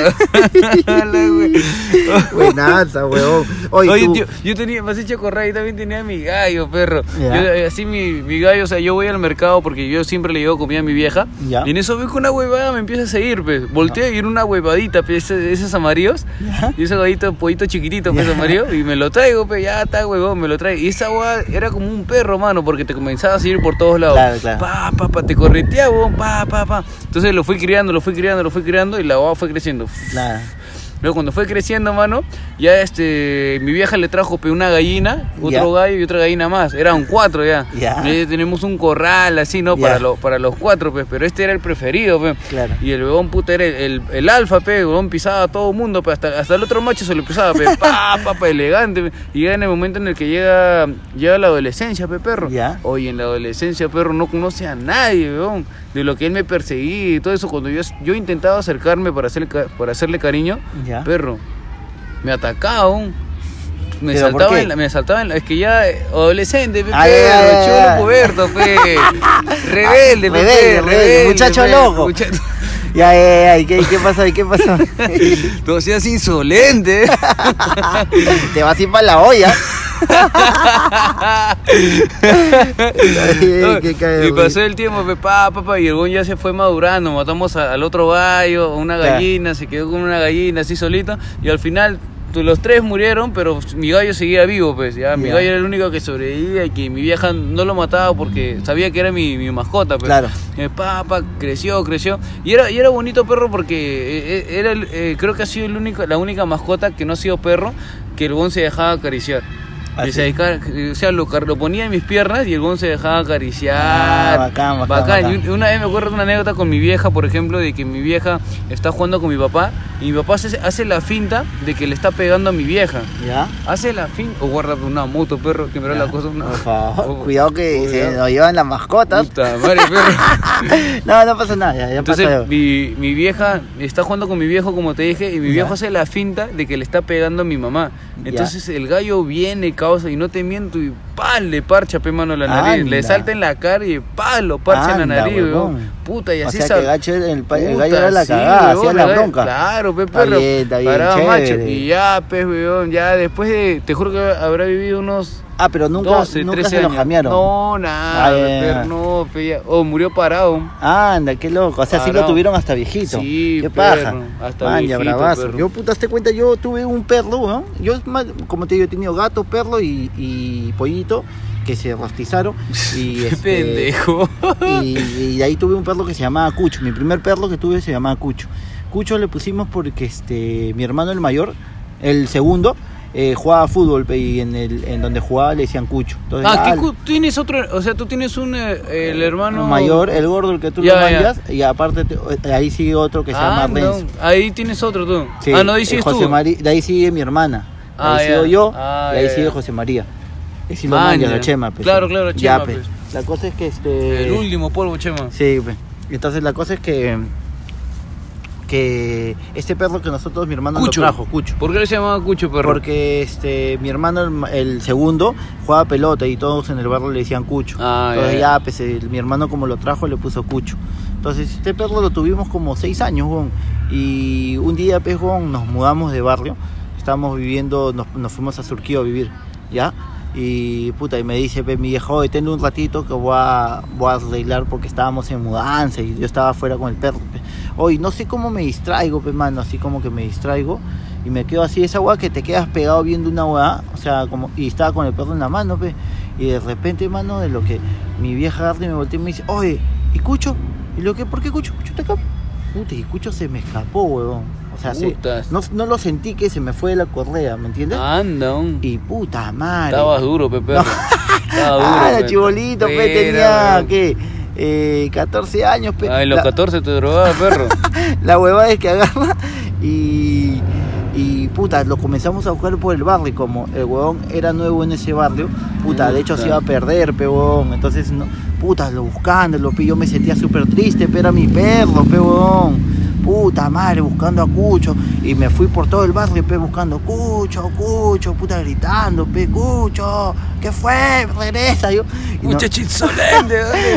Speaker 1: La wea.
Speaker 2: Buenaza, weón. Oye,
Speaker 1: Oye,
Speaker 2: tú-
Speaker 1: tío, yo tenía, me has hecho correr, yo también tenía mi gallo, perro.
Speaker 2: Ya.
Speaker 1: Yo, eh, así mi, mi gallo, o sea, yo voy al mercado porque yo siempre le llevo comida a mi vieja.
Speaker 2: Ya.
Speaker 1: Y en eso veo que una huevada me empieza a seguir, pues. Volteo y era una huevadita, pues, ese- esos, amarillos.
Speaker 2: Ya.
Speaker 1: Y ese gallito, pollito chiquitito, pues,
Speaker 2: Ya.
Speaker 1: amarillo. Y me lo traigo, pues, ya está, huevón, me lo traigo. Y esa huevada era como un perro, mano, porque te comenzaba a seguir por todos lados.
Speaker 2: Claro, claro.
Speaker 1: Pa, pa, pa, te correteaba, huevón, pa, pa, pa. Entonces lo fui criando, lo fui criando, lo fui criando y la huevada fue creciendo.
Speaker 2: Nada.
Speaker 1: Luego cuando fue creciendo, mano, ya este, mi vieja le trajo pe, una gallina, otro
Speaker 2: Ya.
Speaker 1: gallo y otra gallina más. Eran cuatro ya.
Speaker 2: Ya.
Speaker 1: Y ahí tenemos un corral así, ¿no?
Speaker 2: Ya.
Speaker 1: Para, lo- para los cuatro, pues, pero este era el preferido, pues.
Speaker 2: Claro.
Speaker 1: Y el huevón puta era el, el, el alfa, pe, el huevón pisaba a todo el mundo, pe, hasta, hasta el otro macho se lo pisaba, pe, pa, pa, pa, elegante. pe. Y llega en el momento en el que llega, llega la adolescencia, pe, perro.
Speaker 2: Ya.
Speaker 1: Oye, en la adolescencia, perro, no conoce a nadie, weón. De lo que él me perseguía y todo eso. Cuando yo, yo intentaba acercarme para hacerle, ca- para hacerle cariño,
Speaker 2: Ya.
Speaker 1: perro, me atacaba, weón. Me
Speaker 2: ¿Pero por
Speaker 1: saltaba,
Speaker 2: qué? Ah,
Speaker 1: en la, me saltaba en la- Es que ya eh, adolescente, pe,
Speaker 2: Ay,
Speaker 1: perro,
Speaker 2: ay, ay,
Speaker 1: chulo
Speaker 2: ay.
Speaker 1: puberto, fe. Rebelde, pe,
Speaker 2: Rebelde,
Speaker 1: perro,
Speaker 2: rebelde, muchacho
Speaker 1: pe,
Speaker 2: loco.
Speaker 1: muchacho-
Speaker 2: Ya, ya, ya. ¿Y qué, qué pasó? ¿Y qué pasó?
Speaker 1: No seas insolente.
Speaker 2: Te vas a ir para la olla. Ay, qué cae,
Speaker 1: y
Speaker 2: güey.
Speaker 1: pasó el tiempo, pe, pa, pa, pa, y el güey ya se fue madurando. Matamos a- al otro gallo, a una
Speaker 2: Claro.
Speaker 1: gallina, se quedó con una gallina así solito. Y al final tu- los tres murieron, pero mi gallo seguía vivo, pues. Ya, mi
Speaker 2: Ya.
Speaker 1: gallo era el único que sobrevivía y que mi vieja no lo mataba porque sabía que era mi, mi mascota, pues.
Speaker 2: Claro.
Speaker 1: Eh, pa, pa, creció, creció. Y era, y era bonito perro porque eh, eh, era el- eh, creo que ha sido el único, la única mascota que no ha sido perro que el gon se dejaba acariciar.
Speaker 2: Ah,
Speaker 1: Y se
Speaker 2: sí.
Speaker 1: deca- o sea, lo, car- lo ponía en mis piernas y el gon se dejaba acariciar.
Speaker 2: Ah, bacán, bacán, bacán.
Speaker 1: Y una vez me acuerdo de una anécdota con mi vieja, por ejemplo, de que mi vieja está jugando con mi papá y mi papá se- hace la finta de que le está pegando a mi vieja.
Speaker 2: ¿Ya?
Speaker 1: Hace la finta. O guarda una moto, perro, que me da la cosa. Una...
Speaker 2: Por favor,
Speaker 1: Oh,
Speaker 2: cuidado que se
Speaker 1: cuidado.
Speaker 2: nos llevan las mascotas. Ah,
Speaker 1: Puta madre, perro.
Speaker 2: No, no pasa nada, ya, ya
Speaker 1: Entonces
Speaker 2: pasó.
Speaker 1: mi, mi vieja está jugando con mi viejo, como te dije, y mi
Speaker 2: Ya.
Speaker 1: viejo hace la finta de que le está pegando a mi mamá.
Speaker 2: Ya.
Speaker 1: Entonces el gallo viene, causa, y no te miento, y ¡pam! le parcha, pe mano, la nariz. Le
Speaker 2: Anda.
Speaker 1: salta en la cara y ¡pam! lo parcha en
Speaker 2: Anda,
Speaker 1: la nariz,
Speaker 2: huevón.
Speaker 1: weón. Puta, y
Speaker 2: O
Speaker 1: así
Speaker 2: sea, que
Speaker 1: sal-
Speaker 2: el gacho era- el pa- el
Speaker 1: Puta,
Speaker 2: gallo era la
Speaker 1: sí,
Speaker 2: cagada, hacía
Speaker 1: huevón,
Speaker 2: la
Speaker 1: gallo-
Speaker 2: bronca.
Speaker 1: Claro, pe,
Speaker 2: Está
Speaker 1: perro.
Speaker 2: bien, está bien,
Speaker 1: Paraba
Speaker 2: chévere.
Speaker 1: macho. Y ya, pe, weón, ya después de, te juro que habrá vivido unos
Speaker 2: Ah, pero nunca,
Speaker 1: 12,
Speaker 2: nunca
Speaker 1: 13
Speaker 2: se lo
Speaker 1: años.
Speaker 2: jamearon.
Speaker 1: No, nada,
Speaker 2: Ah, ya, ya,
Speaker 1: perro,
Speaker 2: ya.
Speaker 1: no, pe, ya. O murió parado.
Speaker 2: Anda, qué loco. O sea, sí lo
Speaker 1: Parado.
Speaker 2: tuvieron hasta viejito.
Speaker 1: Sí,
Speaker 2: qué
Speaker 1: perro,
Speaker 2: paja.
Speaker 1: hasta
Speaker 2: Man, ya
Speaker 1: viejito,
Speaker 2: bravazo.
Speaker 1: perro.
Speaker 2: Yo, puta, hazte cuenta, yo tuve un perro, ¿no? Yo, ma- como te digo, he tenido gato, perro y, y pollito que se rostizaron. Y,
Speaker 1: Qué
Speaker 2: este,
Speaker 1: pendejo.
Speaker 2: y, y de ahí tuve un perro que se llamaba Cucho. Mi primer perro que tuve se llamaba Cucho. Cucho le pusimos porque este, mi hermano el mayor, el segundo, eh, jugaba fútbol pe, y en, el, en donde jugaba le decían Cucho. Entonces,
Speaker 1: Ah,
Speaker 2: ah,
Speaker 1: ¿qué cu- tienes otro, o sea, tú tienes un eh, el hermano
Speaker 2: mayor, el gordo, el que tú
Speaker 1: Ya,
Speaker 2: lo
Speaker 1: ya.
Speaker 2: mandas, y aparte te- ahí sigue otro que se
Speaker 1: Ah,
Speaker 2: llama
Speaker 1: no,
Speaker 2: Renzo.
Speaker 1: Ahí tienes otro tú.
Speaker 2: Sí,
Speaker 1: ah, no, ahí
Speaker 2: eh,
Speaker 1: sí es
Speaker 2: José
Speaker 1: tú.
Speaker 2: Mari- de ahí sigue mi hermana.
Speaker 1: Ah,
Speaker 2: ahí
Speaker 1: ya.
Speaker 2: sigo yo,
Speaker 1: Ah,
Speaker 2: de ahí
Speaker 1: ya,
Speaker 2: sigue
Speaker 1: ya.
Speaker 2: José María. Es si lo
Speaker 1: Maña.
Speaker 2: mandas, la Chema. pues.
Speaker 1: Claro, claro,
Speaker 2: Ya,
Speaker 1: Chema,
Speaker 2: pues.
Speaker 1: pues.
Speaker 2: La cosa es que este...
Speaker 1: El último polvo, Chema.
Speaker 2: Sí, pues. Entonces la cosa es que. que este perro que nosotros, mi hermano,
Speaker 1: Cucho.
Speaker 2: lo trajo, Cucho.
Speaker 1: ¿Por qué le llamaba Cucho, perro?
Speaker 2: Porque este, mi hermano, el, ma- el segundo, jugaba pelota y todos en el barrio le decían Cucho.
Speaker 1: Ah, ya,
Speaker 2: Entonces ya,
Speaker 1: ya.
Speaker 2: pues, el- mi hermano como lo trajo, le puso Cucho. Entonces este perro lo tuvimos como seis años, weón. Y un día, pues, weón, nos mudamos de barrio. Estábamos viviendo, nos, nos fuimos a Surquío a vivir, ¿ya? Y puta, y me dice, pues, mi viejo, hoy tengo un ratito que voy a, voy a arreglar porque estábamos en mudanza y yo estaba afuera con el perro. pe. Hoy no sé cómo me distraigo, pues, mano, así como que me distraigo. Y me quedo así, esa weá que te quedas pegado viendo una weá, o sea, como, y estaba con el perro en la mano, pues. Y de repente, mano, de lo que mi vieja agarra y me voltea y me dice, oye, ¿y Cucho? Y lo que, ¿por qué Cucho? Cucho te acá. Puta, y Cucho se me escapó, huevón. O sea, se-
Speaker 1: Putas.
Speaker 2: no, no lo sentí que se me fue de la correa, ¿me entiendes?
Speaker 1: Anda, un...
Speaker 2: Y puta madre.
Speaker 1: Estabas Ah. duro, pe, perro. Estaba duro.
Speaker 2: ah,
Speaker 1: pe.
Speaker 2: la chibolito, pe,
Speaker 1: Era,
Speaker 2: tenía,
Speaker 1: weón.
Speaker 2: ¿qué? Eh, 14 años, pe.
Speaker 1: Ah, en los
Speaker 2: La-
Speaker 1: 14 te drogaba, perro.
Speaker 2: la huevada es que agarra y, y puta, lo comenzamos a buscar por el barrio. Y como el huevón era nuevo en ese barrio, puta, de hecho se iba a perder, pe huevón. Entonces, no, puta, lo buscando, lo pe, yo me sentía súper triste, pero era mi perro, pe huevón. Puta madre, buscando a Cucho. Y me fui por todo el barrio, pe, buscando Cucho, Cucho, puta, gritando, pe, Cucho, ¿qué fue? Regresa yo. y no-
Speaker 1: Muchachito solente,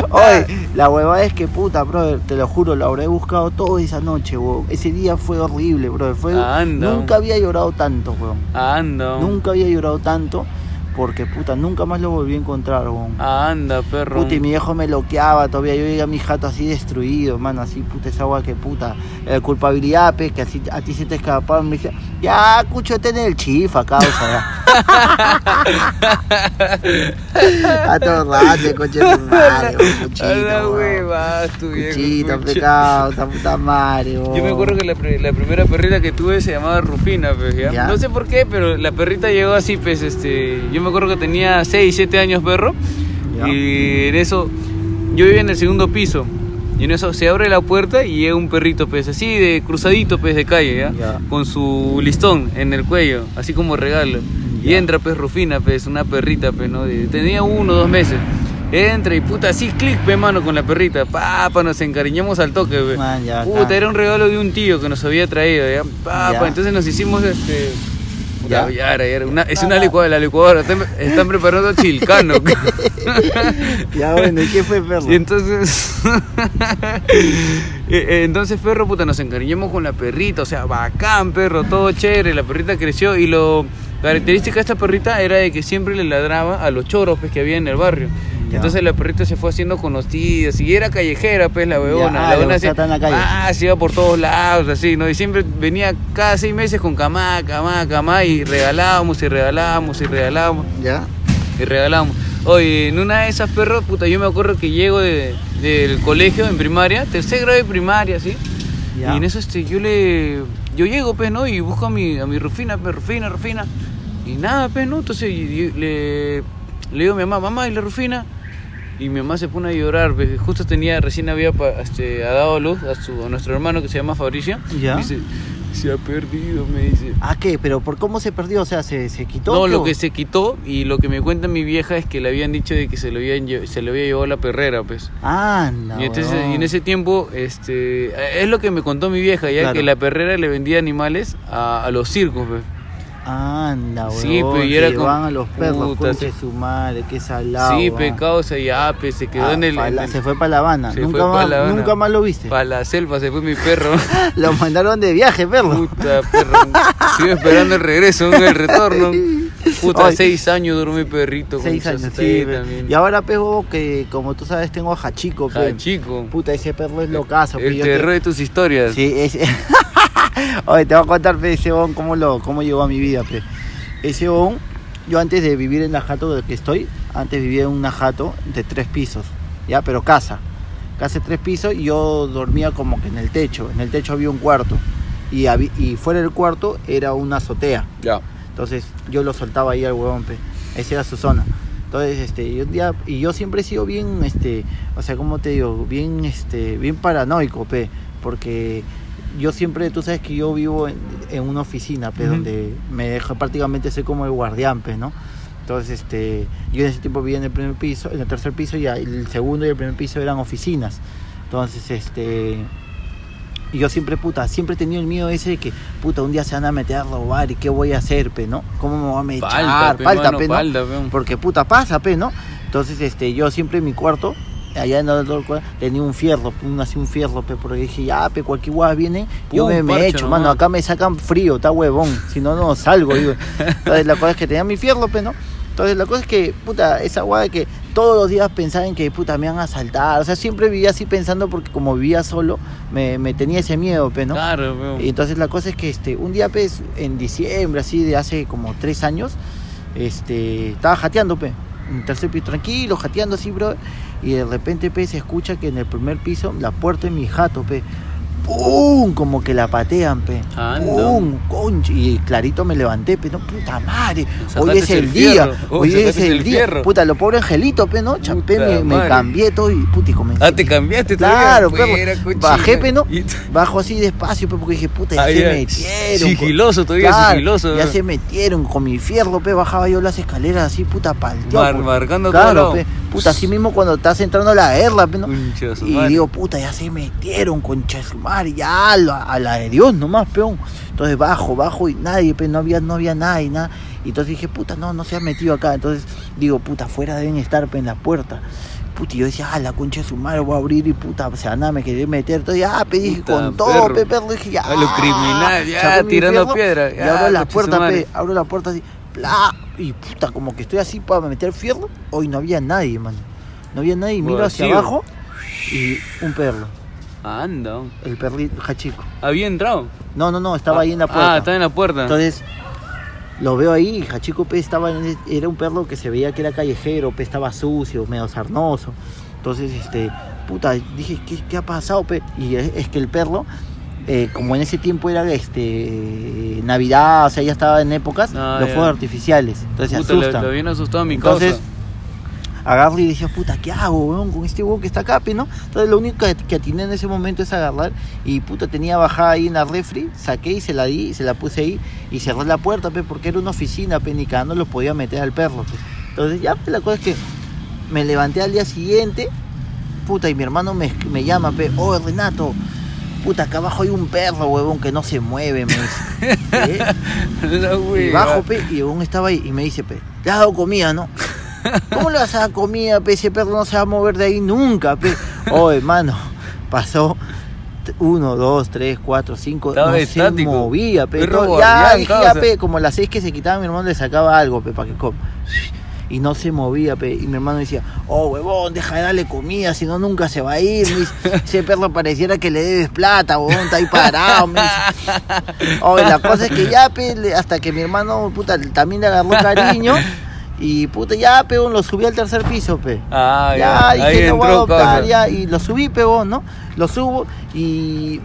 Speaker 2: Oye, la huevada es que puta, brother, te lo juro, lo habré buscado toda esa noche, weón. Ese día fue horrible, brother. Fue,
Speaker 1: Anda.
Speaker 2: nunca había llorado tanto, weón.
Speaker 1: Anda, un-
Speaker 2: Nunca había llorado tanto porque puta, nunca más lo volví a encontrar, weón.
Speaker 1: Anda, perro.
Speaker 2: Puta, y mi viejo me loqueaba todavía. Yo llegué a mi jato así destruido, mano, así, puta, esa agua que puta. Eh, culpabilidad, pe, que así a ti se te escapaba. Me decía, ya, cucho, ten el chifa, causa. ya. a todo rato, coche, tu madre, weón, cuchito,
Speaker 1: A la
Speaker 2: weón.
Speaker 1: hueva, tu viejo.
Speaker 2: Cuchito,
Speaker 1: cucho.
Speaker 2: pecado, esa puta madre, weón.
Speaker 1: Yo me acuerdo que la, pri- la primera perrita que tuve se llamaba Rufina, pues, ¿ya?
Speaker 2: Ya.
Speaker 1: No sé por qué, pero la perrita llegó así, pues, este... Yo me acuerdo que tenía 6, 7 años, perro.
Speaker 2: Ya.
Speaker 1: Y en eso... Yo vivía en el segundo piso. Y en eso se abre la puerta y llega un perrito, pues, así de cruzadito, pues, de calle, ¿ya?
Speaker 2: Ya.
Speaker 1: Con su listón en el cuello, así como regalo. Y
Speaker 2: Ya.
Speaker 1: entra, pues, Rufina, pues, una perrita, pues, ¿no? De- tenía uno o dos meses. Entra y puta, así clic, pe mano, con la perrita. Papa, nos encariñamos al toque, pe.
Speaker 2: Man, ya,
Speaker 1: Puta,
Speaker 2: acá.
Speaker 1: era un regalo de un tío que nos había traído, ¿ya? Pa,
Speaker 2: Ya.
Speaker 1: pa, entonces nos hicimos este.
Speaker 2: Ya. Ah,
Speaker 1: Ya. Ya, era, ya era. Una- es una licuadora, la licuadora. Están, están preparando chilcano.
Speaker 2: Ya, bueno, ¿y qué fue, perro?
Speaker 1: y entonces. e- e- entonces, perro, puta, nos encariñamos con la perrita. O sea, bacán, perro, todo chévere. La perrita creció y lo. Característica de esta perrita era de que siempre le ladraba a los choros pues, que había en el barrio.
Speaker 2: Ya.
Speaker 1: Entonces la perrita se fue haciendo conocida, si era callejera, pues la huevona.
Speaker 2: Ya, ah,
Speaker 1: la
Speaker 2: le
Speaker 1: huevona
Speaker 2: gustaba
Speaker 1: así-
Speaker 2: estar en la calle.
Speaker 1: Ah, se iba por todos lados, así, ¿no? Y siempre venía cada seis meses con camá, camá, camá, y regalábamos, y regalábamos, y regalábamos,
Speaker 2: Ya,
Speaker 1: y regalábamos. Oye, en una de esas perros, puta, yo me acuerdo que llego de- del colegio en primaria, tercer grado de primaria, ¿sí?
Speaker 2: ya.
Speaker 1: Y en eso este, yo le. Yo llego, pues, ¿no? Y busco a mi, a mi Rufina, pues, Rufina, Rufina. Y nada, pues, ¿no? Entonces y- y le, le digo a mi mamá, mamá, ¿y la Rufina? Y mi mamá se pone a llorar, pues, justo tenía, recién había pa- este, ha dado a luz a, su, a nuestro hermano que se llama Fabricio.
Speaker 2: Ya.
Speaker 1: Me dice, se ha perdido, me dice.
Speaker 2: ¿Ah, qué? ¿Pero por cómo se perdió? O sea, ¿se, se quitó?
Speaker 1: No,
Speaker 2: qué,
Speaker 1: lo
Speaker 2: o-
Speaker 1: que se quitó y lo que me cuenta mi vieja es que le habían dicho de que se lo, habían, lle- se lo había llevado la perrera, pues.
Speaker 2: Anda,
Speaker 1: Y, entonces,
Speaker 2: huevón.
Speaker 1: y en ese tiempo, este, eh, es lo que me contó mi vieja, ya
Speaker 2: Claro.
Speaker 1: que la perrera le vendía animales a, a los circos. Pues.
Speaker 2: Anda, weón.
Speaker 1: Sí, pe, y
Speaker 2: se
Speaker 1: era
Speaker 2: llevaban
Speaker 1: como-
Speaker 2: a los perros,
Speaker 1: Puta,
Speaker 2: conche
Speaker 1: sí.
Speaker 2: su madre, qué salado.
Speaker 1: sí,
Speaker 2: weón.
Speaker 1: pecado, se ya, pues, se quedó
Speaker 2: Ah,
Speaker 1: en el...
Speaker 2: pa'
Speaker 1: en
Speaker 2: la-
Speaker 1: el-
Speaker 2: se fue para La Habana.
Speaker 1: se
Speaker 2: nunca,
Speaker 1: fue
Speaker 2: más,
Speaker 1: pa' La Habana.
Speaker 2: nunca más lo viste.
Speaker 1: pa' la selva, se fue mi perro.
Speaker 2: Lo mandaron de viaje, perro.
Speaker 1: Puta, perro. Sigo esperando el regreso, el retorno. Puta,
Speaker 2: Ay.
Speaker 1: seis años duró mi perrito.
Speaker 2: Seis
Speaker 1: concha,
Speaker 2: años,
Speaker 1: está ahí
Speaker 2: sí. pe.
Speaker 1: también.
Speaker 2: Y ahora, pego que como tú sabes, tengo a Hachico, pe.
Speaker 1: Ja, chico.
Speaker 2: Puta, ese perro es locazo, pe,
Speaker 1: El
Speaker 2: yo te-
Speaker 1: terror de tus historias.
Speaker 2: Sí, ese... Oye, te voy a contar, pe, ese bon, cómo, lo, cómo llegó a mi vida, pe. Ese bon, yo antes de vivir en la jato de que estoy, antes vivía en una jato de tres pisos, ya, pero casa. Casa de tres pisos y yo dormía como que en el techo. En el techo había un cuarto. Y, habi- y fuera del cuarto era una azotea.
Speaker 1: Ya.
Speaker 2: Entonces yo lo soltaba ahí al huevón, pe. Esa era su zona. Entonces, este, y un día, y yo siempre he sido bien, este, o sea, ¿cómo te digo? Bien, este, bien paranoico, pe. Porque yo siempre, tú sabes que yo vivo en, en una oficina, pe,
Speaker 1: Ujú.
Speaker 2: donde me deja prácticamente soy como el guardián, pe, ¿no? Entonces, este, yo en ese tiempo vivía en el primer piso, en el tercer piso, y el segundo y el primer piso eran oficinas. Entonces, este, Y yo siempre, puta, siempre he tenido el miedo ese de que, puta, un día se van a meter a robar y qué voy a hacer, pe, ¿no? ¿Cómo me voy a mechar?
Speaker 1: Palta, pe,
Speaker 2: Palta,
Speaker 1: mano,
Speaker 2: pe, ¿no?
Speaker 1: palta, pe, un-
Speaker 2: Porque puta pasa, pe, ¿no? Entonces, este, yo siempre en mi cuarto, allá en el otro cuarto, tenía un fierro, pe, un, así un fierro, pe, porque dije, ya, pe, cualquier guada viene, yo
Speaker 1: Pum,
Speaker 2: me, me
Speaker 1: parche
Speaker 2: echo,
Speaker 1: nomás.
Speaker 2: mano, acá me sacan frío, está huevón, si no, no salgo, digo. Entonces, la cosa es que tenía mi fierro, pe, ¿no? Entonces, la cosa es que, puta, esa guada de que todos los días pensaba en que, puta, me van a asaltar, o sea, siempre vivía así pensando porque como vivía solo, me, me tenía ese miedo, pe, ¿no?
Speaker 1: Claro, pe.
Speaker 2: Y entonces la cosa es que este, un día, pues, en diciembre, así de hace como tres años, este, estaba jateando, pe. En el tercer piso, tranquilo, jateando así, bro. Y de repente, pe, se escucha que en el primer piso, la puerta de mi jato, pe. ¡Pum! Como que la patean, pe.
Speaker 1: Anda.
Speaker 2: ¡Pum! Concha. Y clarito me levanté, pe. No, puta madre.
Speaker 1: Sacaste
Speaker 2: Hoy es el
Speaker 1: el
Speaker 2: día.
Speaker 1: fierro. Oh,
Speaker 2: Hoy es
Speaker 1: sacaste
Speaker 2: el
Speaker 1: el
Speaker 2: día.
Speaker 1: fierro.
Speaker 2: Puta, lo pobre angelito, pe, ¿no? Chapé,
Speaker 1: Puta
Speaker 2: me, me
Speaker 1: madre.
Speaker 2: cambié todo y, puta, y comencé.
Speaker 1: Ah, te cambiaste
Speaker 2: Claro,
Speaker 1: todavía.
Speaker 2: pe,
Speaker 1: Fuera, cochina.
Speaker 2: bajé, pe, ¿no?
Speaker 1: Y-
Speaker 2: Bajo así despacio, pe, porque dije, puta, ya
Speaker 1: Ah,
Speaker 2: se
Speaker 1: ya.
Speaker 2: metieron.
Speaker 1: Sigiloso
Speaker 2: co-
Speaker 1: todavía, sigiloso, eh.
Speaker 2: Ya
Speaker 1: ¿no?
Speaker 2: se metieron con mi fierro, pe, bajaba yo las escaleras así, puta, palteado.
Speaker 1: Mar-
Speaker 2: po.
Speaker 1: marcando todo
Speaker 2: pues. Claro,
Speaker 1: lado.
Speaker 2: pe, puta, así mismo cuando estás entrando a la herla, pe, ¿no?
Speaker 1: Concha de su
Speaker 2: Y
Speaker 1: madre.
Speaker 2: digo, puta, ya se metieron, concha de su madre, ya a la, a la de Dios nomás, peón. Entonces bajo, bajo y nadie, pe, no había, no había nadie, nada. Y entonces dije, puta, no, no se ha metido acá. Entonces digo, puta, afuera deben estar, pe, en la puerta. Puta, y yo decía, ah, la concha de su madre, voy a abrir y puta, o sea, nada, me quería meter. Entonces, ah, pe, dije,
Speaker 1: Puta,
Speaker 2: con todo,
Speaker 1: perro.
Speaker 2: pe, perro, dije, ya.
Speaker 1: A lo criminal, ya,
Speaker 2: Saqué mi
Speaker 1: tirando
Speaker 2: fierro
Speaker 1: piedra,
Speaker 2: Y
Speaker 1: ya,
Speaker 2: abro
Speaker 1: concha de
Speaker 2: la
Speaker 1: su
Speaker 2: puerta,
Speaker 1: madre.
Speaker 2: pe, abro la puerta así, bla, y puta, como que estoy así para meter fierro. Hoy no había nadie, mano. No había nadie, y miro hacia
Speaker 1: Vacío.
Speaker 2: abajo y un perro,
Speaker 1: Anda.
Speaker 2: el perrito Hachico.
Speaker 1: Había entrado.
Speaker 2: No, no, no, estaba ahí en la puerta.
Speaker 1: Ah, estaba en la puerta.
Speaker 2: Entonces lo veo ahí, y Hachico pe, estaba en- era un perro que se veía que era callejero, pe, estaba sucio, medio sarnoso. Entonces, este, puta, dije, ¿qué, qué ha pasado, pe? Y es, es que el perro, eh, como en ese tiempo era este eh, Navidad, o sea, ya estaba en épocas,
Speaker 1: Ah,
Speaker 2: los
Speaker 1: ya.
Speaker 2: fuegos artificiales. Entonces
Speaker 1: Puta,
Speaker 2: se
Speaker 1: lo-
Speaker 2: asustan.
Speaker 1: Lo, habían asustado a mi
Speaker 2: Entonces,
Speaker 1: causa.
Speaker 2: agarro y dije, puta, ¿qué hago, weón? Con este huevo que está acá, pe, ¿no? Entonces, lo único que, que atiné en ese momento es agarrar y, puta, tenía bajada ahí en la refri, saqué y se la di, se la puse ahí y cerré la puerta, pe, porque era una oficina, pe, ni cada no lo podía meter al perro, pe. Entonces, ya, pe, la cosa es que me levanté al día siguiente, puta, y mi hermano me, me llama, pe, oh, Renato, puta, acá abajo hay un perro, huevón, que no se mueve, me dice. ¿Qué?
Speaker 1: La
Speaker 2: Y
Speaker 1: wea.
Speaker 2: bajo, pe, y aún estaba ahí y me dice, pe, le has dado comida, ¿no? ¿Cómo le vas a dar comida, pe? Ese perro no se va a mover de ahí nunca, pe. Oh, hermano, pasó t- uno, dos, tres, cuatro, cinco,
Speaker 1: Estaba
Speaker 2: no
Speaker 1: estático.
Speaker 2: se movía, pe.
Speaker 1: Perro
Speaker 2: Todo- ya,
Speaker 1: guardián,
Speaker 2: dije,
Speaker 1: causa.
Speaker 2: ya, pe, como las seis que se quitaba mi hermano le sacaba algo, pe, para que coma. Y no se movía, pe. Y mi hermano decía, oh, huevón, deja de darle comida, si no nunca se va a ir. me dice. Ese perro pareciera que le debes plata, huevón, está ahí parado, me dice. Oye, la cosa es que ya, pe, le- hasta que mi hermano, puta, le- también le agarró cariño. Y puta, ya, pe, lo subí al tercer piso, pe.
Speaker 1: Ah,
Speaker 2: ya,
Speaker 1: ya.
Speaker 2: dije,
Speaker 1: Ahí
Speaker 2: lo voy a
Speaker 1: entró
Speaker 2: adoptar,
Speaker 1: causa.
Speaker 2: ya, y lo subí, pe, huevón, ¿no? Lo subo y.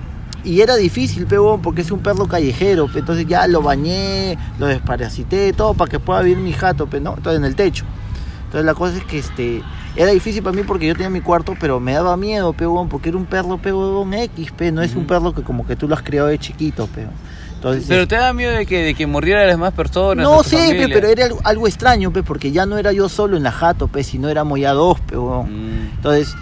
Speaker 2: Y era difícil, pe, huevón, porque es un perro callejero, pe. Entonces ya lo bañé, lo desparasité, todo, para que pueda vivir mi jato, pe, ¿no? Entonces en el techo. Entonces la cosa es que este era difícil para mí porque yo tenía mi cuarto, pero me daba miedo, pe, huevón, porque era un perro, pe, huevón, X, pe, no es un
Speaker 1: Ujú.
Speaker 2: perro que como que tú lo has criado de chiquito, pe. Entonces,
Speaker 1: Pero te da miedo de que, de que murrieran las demás personas. a
Speaker 2: no
Speaker 1: tu
Speaker 2: sé, pe,
Speaker 1: familia?
Speaker 2: pero era algo, algo extraño, pe, porque ya no era yo solo en la jato, pe, sino éramos ya dos, pe, huevón.
Speaker 1: Mm.
Speaker 2: Entonces,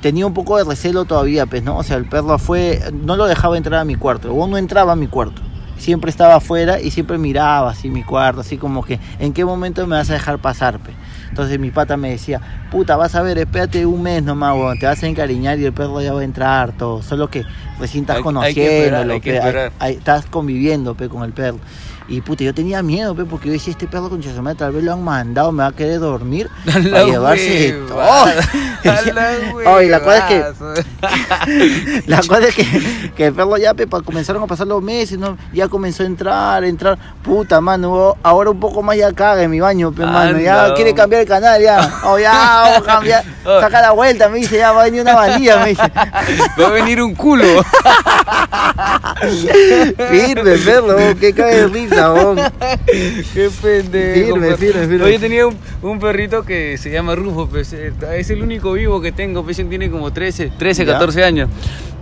Speaker 2: tenía un poco de recelo todavía, pues, ¿no? O sea, el perro fue, no lo dejaba entrar a mi cuarto, o no entraba a mi cuarto. Siempre estaba afuera y siempre miraba así mi cuarto, así como que, ¿en qué momento me vas a dejar pasar, pe? Entonces mi pata me decía, puta, vas a ver, espérate un mes nomás, huevón, te vas a encariñar y el perro ya va a entrar, todo. Solo que recién estás
Speaker 1: Hay- hay que esperar,
Speaker 2: conociéndolo,
Speaker 1: hay que
Speaker 2: pe,
Speaker 1: esperar.
Speaker 2: ahí estás conviviendo pe, con el perro. Y puta, yo tenía miedo, pe, porque yo decía, este perro con madre tal vez lo han mandado, me va a querer dormir
Speaker 1: A la
Speaker 2: para llevarse de
Speaker 1: hueva.
Speaker 2: todo.
Speaker 1: A la
Speaker 2: Oye, la cosa es que
Speaker 1: huevazo.
Speaker 2: la cosa es que, que el perro ya pe, pa- comenzaron a pasar los meses, ¿no? ya comenzó a entrar, a entrar. Puta, mano, oh, ahora un poco más ya caga en mi baño, pe, mano. Ya
Speaker 1: Anda.
Speaker 2: quiere cambiar el canal, ya. Oh, ya, vamos a cambiar.
Speaker 1: Oh.
Speaker 2: Saca la vuelta, me dice, ya va a venir una valía, me dice.
Speaker 1: Va a venir un culo.
Speaker 2: Firme, perro, oh, que cae de risa, oh.
Speaker 1: Qué pendejo.
Speaker 2: Firme,
Speaker 1: pa.
Speaker 2: firme, firme.
Speaker 1: Oye, tenía un, un perrito que se llama Rufo, pues, eh, es el único vivo que tengo, pues, tiene como 13, 13,
Speaker 2: Ya.
Speaker 1: 14 años.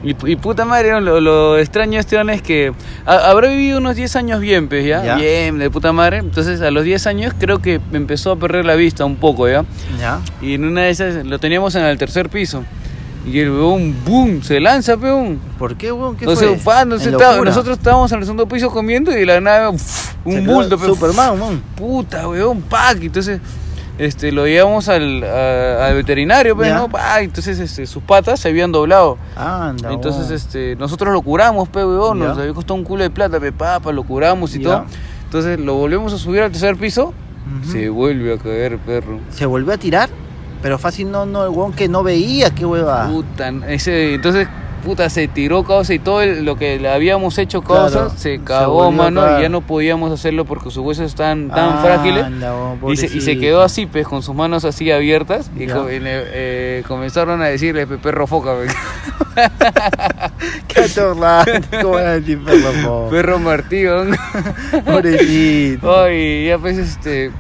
Speaker 1: Y, pu- y puta madre, ¿no? lo, lo extraño de este man es que a- habrá vivido unos 10 años bien, pues, ¿ya?
Speaker 2: Ya.
Speaker 1: Bien, de puta madre. Entonces, a los 10 años creo que empezó a perder la vista un poco, ¿ya?
Speaker 2: Ya,
Speaker 1: Y en una de esas lo teníamos en el tercer piso. Y el weón, boom, se lanza, peón.
Speaker 2: ¿Por qué, weón? ¿Qué
Speaker 1: No
Speaker 2: fue?
Speaker 1: sé, fan, no sé,
Speaker 2: En
Speaker 1: estaba-
Speaker 2: locura.
Speaker 1: nosotros estábamos en el segundo piso comiendo y de la nave,
Speaker 2: Se
Speaker 1: un
Speaker 2: quedó
Speaker 1: bulto, peón.
Speaker 2: Superman, weón.
Speaker 1: puta, weón, pack. Entonces, este, lo llevamos al, a- al veterinario, pero
Speaker 2: Ya.
Speaker 1: no, pa, entonces este, sus patas se habían doblado.
Speaker 2: Anda,
Speaker 1: Entonces,
Speaker 2: weón.
Speaker 1: este, nosotros lo curamos, pe, weón, nos
Speaker 2: Ya.
Speaker 1: había costado un culo de plata, pe, papa, lo curamos y
Speaker 2: Ya.
Speaker 1: todo. Entonces, lo volvemos a subir al tercer piso,
Speaker 2: Ujú.
Speaker 1: se vuelve a caer, perro.
Speaker 2: Se volvió a tirar, pero fácil no, no, el weón que no veía, qué hueva.
Speaker 1: Puta, ese, entonces, puta, se tiró causa y todo el- lo que le habíamos hecho causa
Speaker 2: Claro,
Speaker 1: se
Speaker 2: se
Speaker 1: cagó,
Speaker 2: volvió a
Speaker 1: mano,
Speaker 2: cagar.
Speaker 1: y ya no podíamos hacerlo porque sus huesos están tan
Speaker 2: Anda,
Speaker 1: frágiles.
Speaker 2: weón,
Speaker 1: Y se, y se
Speaker 2: pobrecito.
Speaker 1: quedó así, pues, con sus manos así abiertas. Y
Speaker 2: Ya.
Speaker 1: co- y le- eh, comenzaron a decirle, pe, perro foca, pe,
Speaker 2: Qué atorrante, ¿cómo era el tipo, loco?
Speaker 1: perro martí, weón.
Speaker 2: Pobrecito,
Speaker 1: Ay, ya pues, este...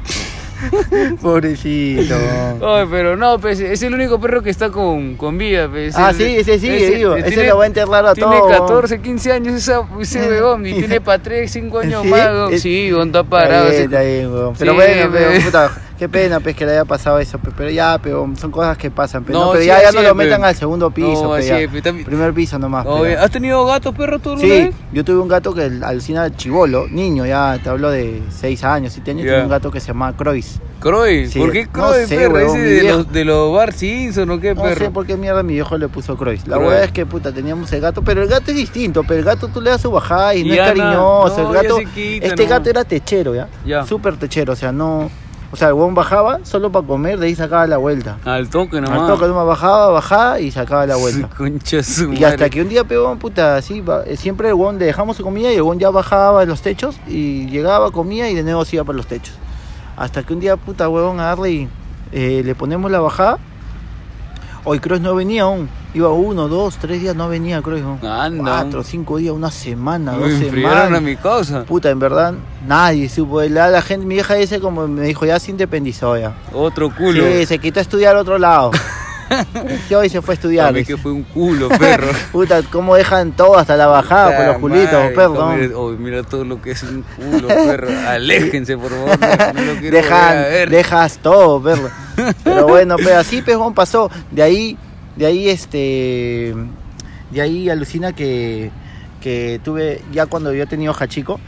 Speaker 2: pobrecito. weón.
Speaker 1: Ay, pero no, pues, es el único perro que está con, con vida, pues.
Speaker 2: Ah, sí, ese sigue vivo. Ese lo va a enterrar a
Speaker 1: tiene
Speaker 2: todo,
Speaker 1: Tiene
Speaker 2: weón.
Speaker 1: 14, 15 años esa, ese weón. Y tiene para 3, 5 años
Speaker 2: ¿Sí?
Speaker 1: más, weón.
Speaker 2: Es-
Speaker 1: Sí, weón, está parado. así
Speaker 2: Está bien, está bien, weón. Pero
Speaker 1: Sí,
Speaker 2: bueno,
Speaker 1: pe.
Speaker 2: pero, puta, qué pena pues, que le haya pasado eso. pe, Pero ya, pero son cosas que pasan. Pero,
Speaker 1: No,
Speaker 2: pero
Speaker 1: sí,
Speaker 2: ya, ya
Speaker 1: así
Speaker 2: no
Speaker 1: es,
Speaker 2: lo
Speaker 1: pe.
Speaker 2: metan al segundo piso.
Speaker 1: No,
Speaker 2: pe,
Speaker 1: así
Speaker 2: ya.
Speaker 1: es, pe, también-
Speaker 2: Primer piso nomás. pe,
Speaker 1: No,
Speaker 2: ya.
Speaker 1: ¿Has tenido gatos, perros, tú alguna
Speaker 2: Sí,
Speaker 1: vez?
Speaker 2: yo tuve un gato que al- alucina chivolo, niño, ya te hablo de 6 años, 7 años,
Speaker 1: Ya.
Speaker 2: tuve un gato que se llamaba Croix.
Speaker 1: Croy,
Speaker 2: Sí,
Speaker 1: ¿por qué
Speaker 2: no
Speaker 1: Croy,
Speaker 2: sé,
Speaker 1: perro?
Speaker 2: weón,
Speaker 1: ese
Speaker 2: mi
Speaker 1: de
Speaker 2: viejo.
Speaker 1: los, de los Bar Simpson, ¿o qué,
Speaker 2: No
Speaker 1: perro?
Speaker 2: sé por qué mierda mi viejo le puso Croix. La
Speaker 1: Croix.
Speaker 2: verdad es que puta, teníamos el gato, pero el gato es distinto, pero el gato tú le das su bajada y no
Speaker 1: Y
Speaker 2: es
Speaker 1: ya
Speaker 2: cariñoso,
Speaker 1: no,
Speaker 2: el
Speaker 1: ya
Speaker 2: gato,
Speaker 1: se quita,
Speaker 2: este
Speaker 1: no.
Speaker 2: gato era techero, ya,
Speaker 1: Ya.
Speaker 2: súper techero, o sea, no, o sea, el huevón bajaba solo para comer, de ahí sacaba la vuelta.
Speaker 1: Al toque nomás.
Speaker 2: Al toque nomás bajaba, bajaba y sacaba la vuelta.
Speaker 1: Su concha su
Speaker 2: Y hasta
Speaker 1: madre.
Speaker 2: que un día, pegó, puta, así, va- eh, siempre el huevón le dejamos su comida y el huevón ya bajaba de los techos y llegaba, comía y de nuevo se iba para los techos. Hasta que un día, puta, huevón, agarra y eh, le ponemos la bajada. Hoy Cross no venía aún. Iba uno, dos, tres días, no venía Cross. huevón.
Speaker 1: Anda.
Speaker 2: Cuatro, cinco días, una semana,
Speaker 1: Ah, Me
Speaker 2: dos
Speaker 1: enfriaron a
Speaker 2: semanas.
Speaker 1: mi causa.
Speaker 2: Puta, en verdad, nadie supo. La, la gente, mi hija dice como me dijo, ya se independizó ya.
Speaker 1: Otro culo.
Speaker 2: Sí, se quitó a estudiar a otro lado. y hoy se fue a
Speaker 1: A
Speaker 2: estudiar.
Speaker 1: mí
Speaker 2: dice.
Speaker 1: que fue un culo, perro.
Speaker 2: Puta, cómo dejan todo hasta la bajada por Ah, pues los
Speaker 1: Puta
Speaker 2: culitos,
Speaker 1: madre,
Speaker 2: perdón.
Speaker 1: mira- oh, mira todo lo que es un culo, perro. Aléjense, por favor. No, no lo quiero volver a
Speaker 2: Dejan,
Speaker 1: ver.
Speaker 2: dejas todo, perro. Pero bueno, pero así pejón pasó. De ahí, de ahí este, de ahí alucina que, que tuve, ya cuando yo tenía Hachico,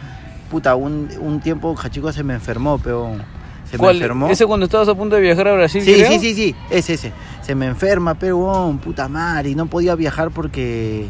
Speaker 2: puta, un, un tiempo Hachico se me enfermó, peón. Se
Speaker 1: ¿Cuál?
Speaker 2: me enfermó.
Speaker 1: ¿Ese cuando estabas a punto de viajar a Brasil?
Speaker 2: Sí,
Speaker 1: creo?
Speaker 2: sí, sí, sí, es ese. Se me enferma, pero huevón, puta madre, y no podía viajar porque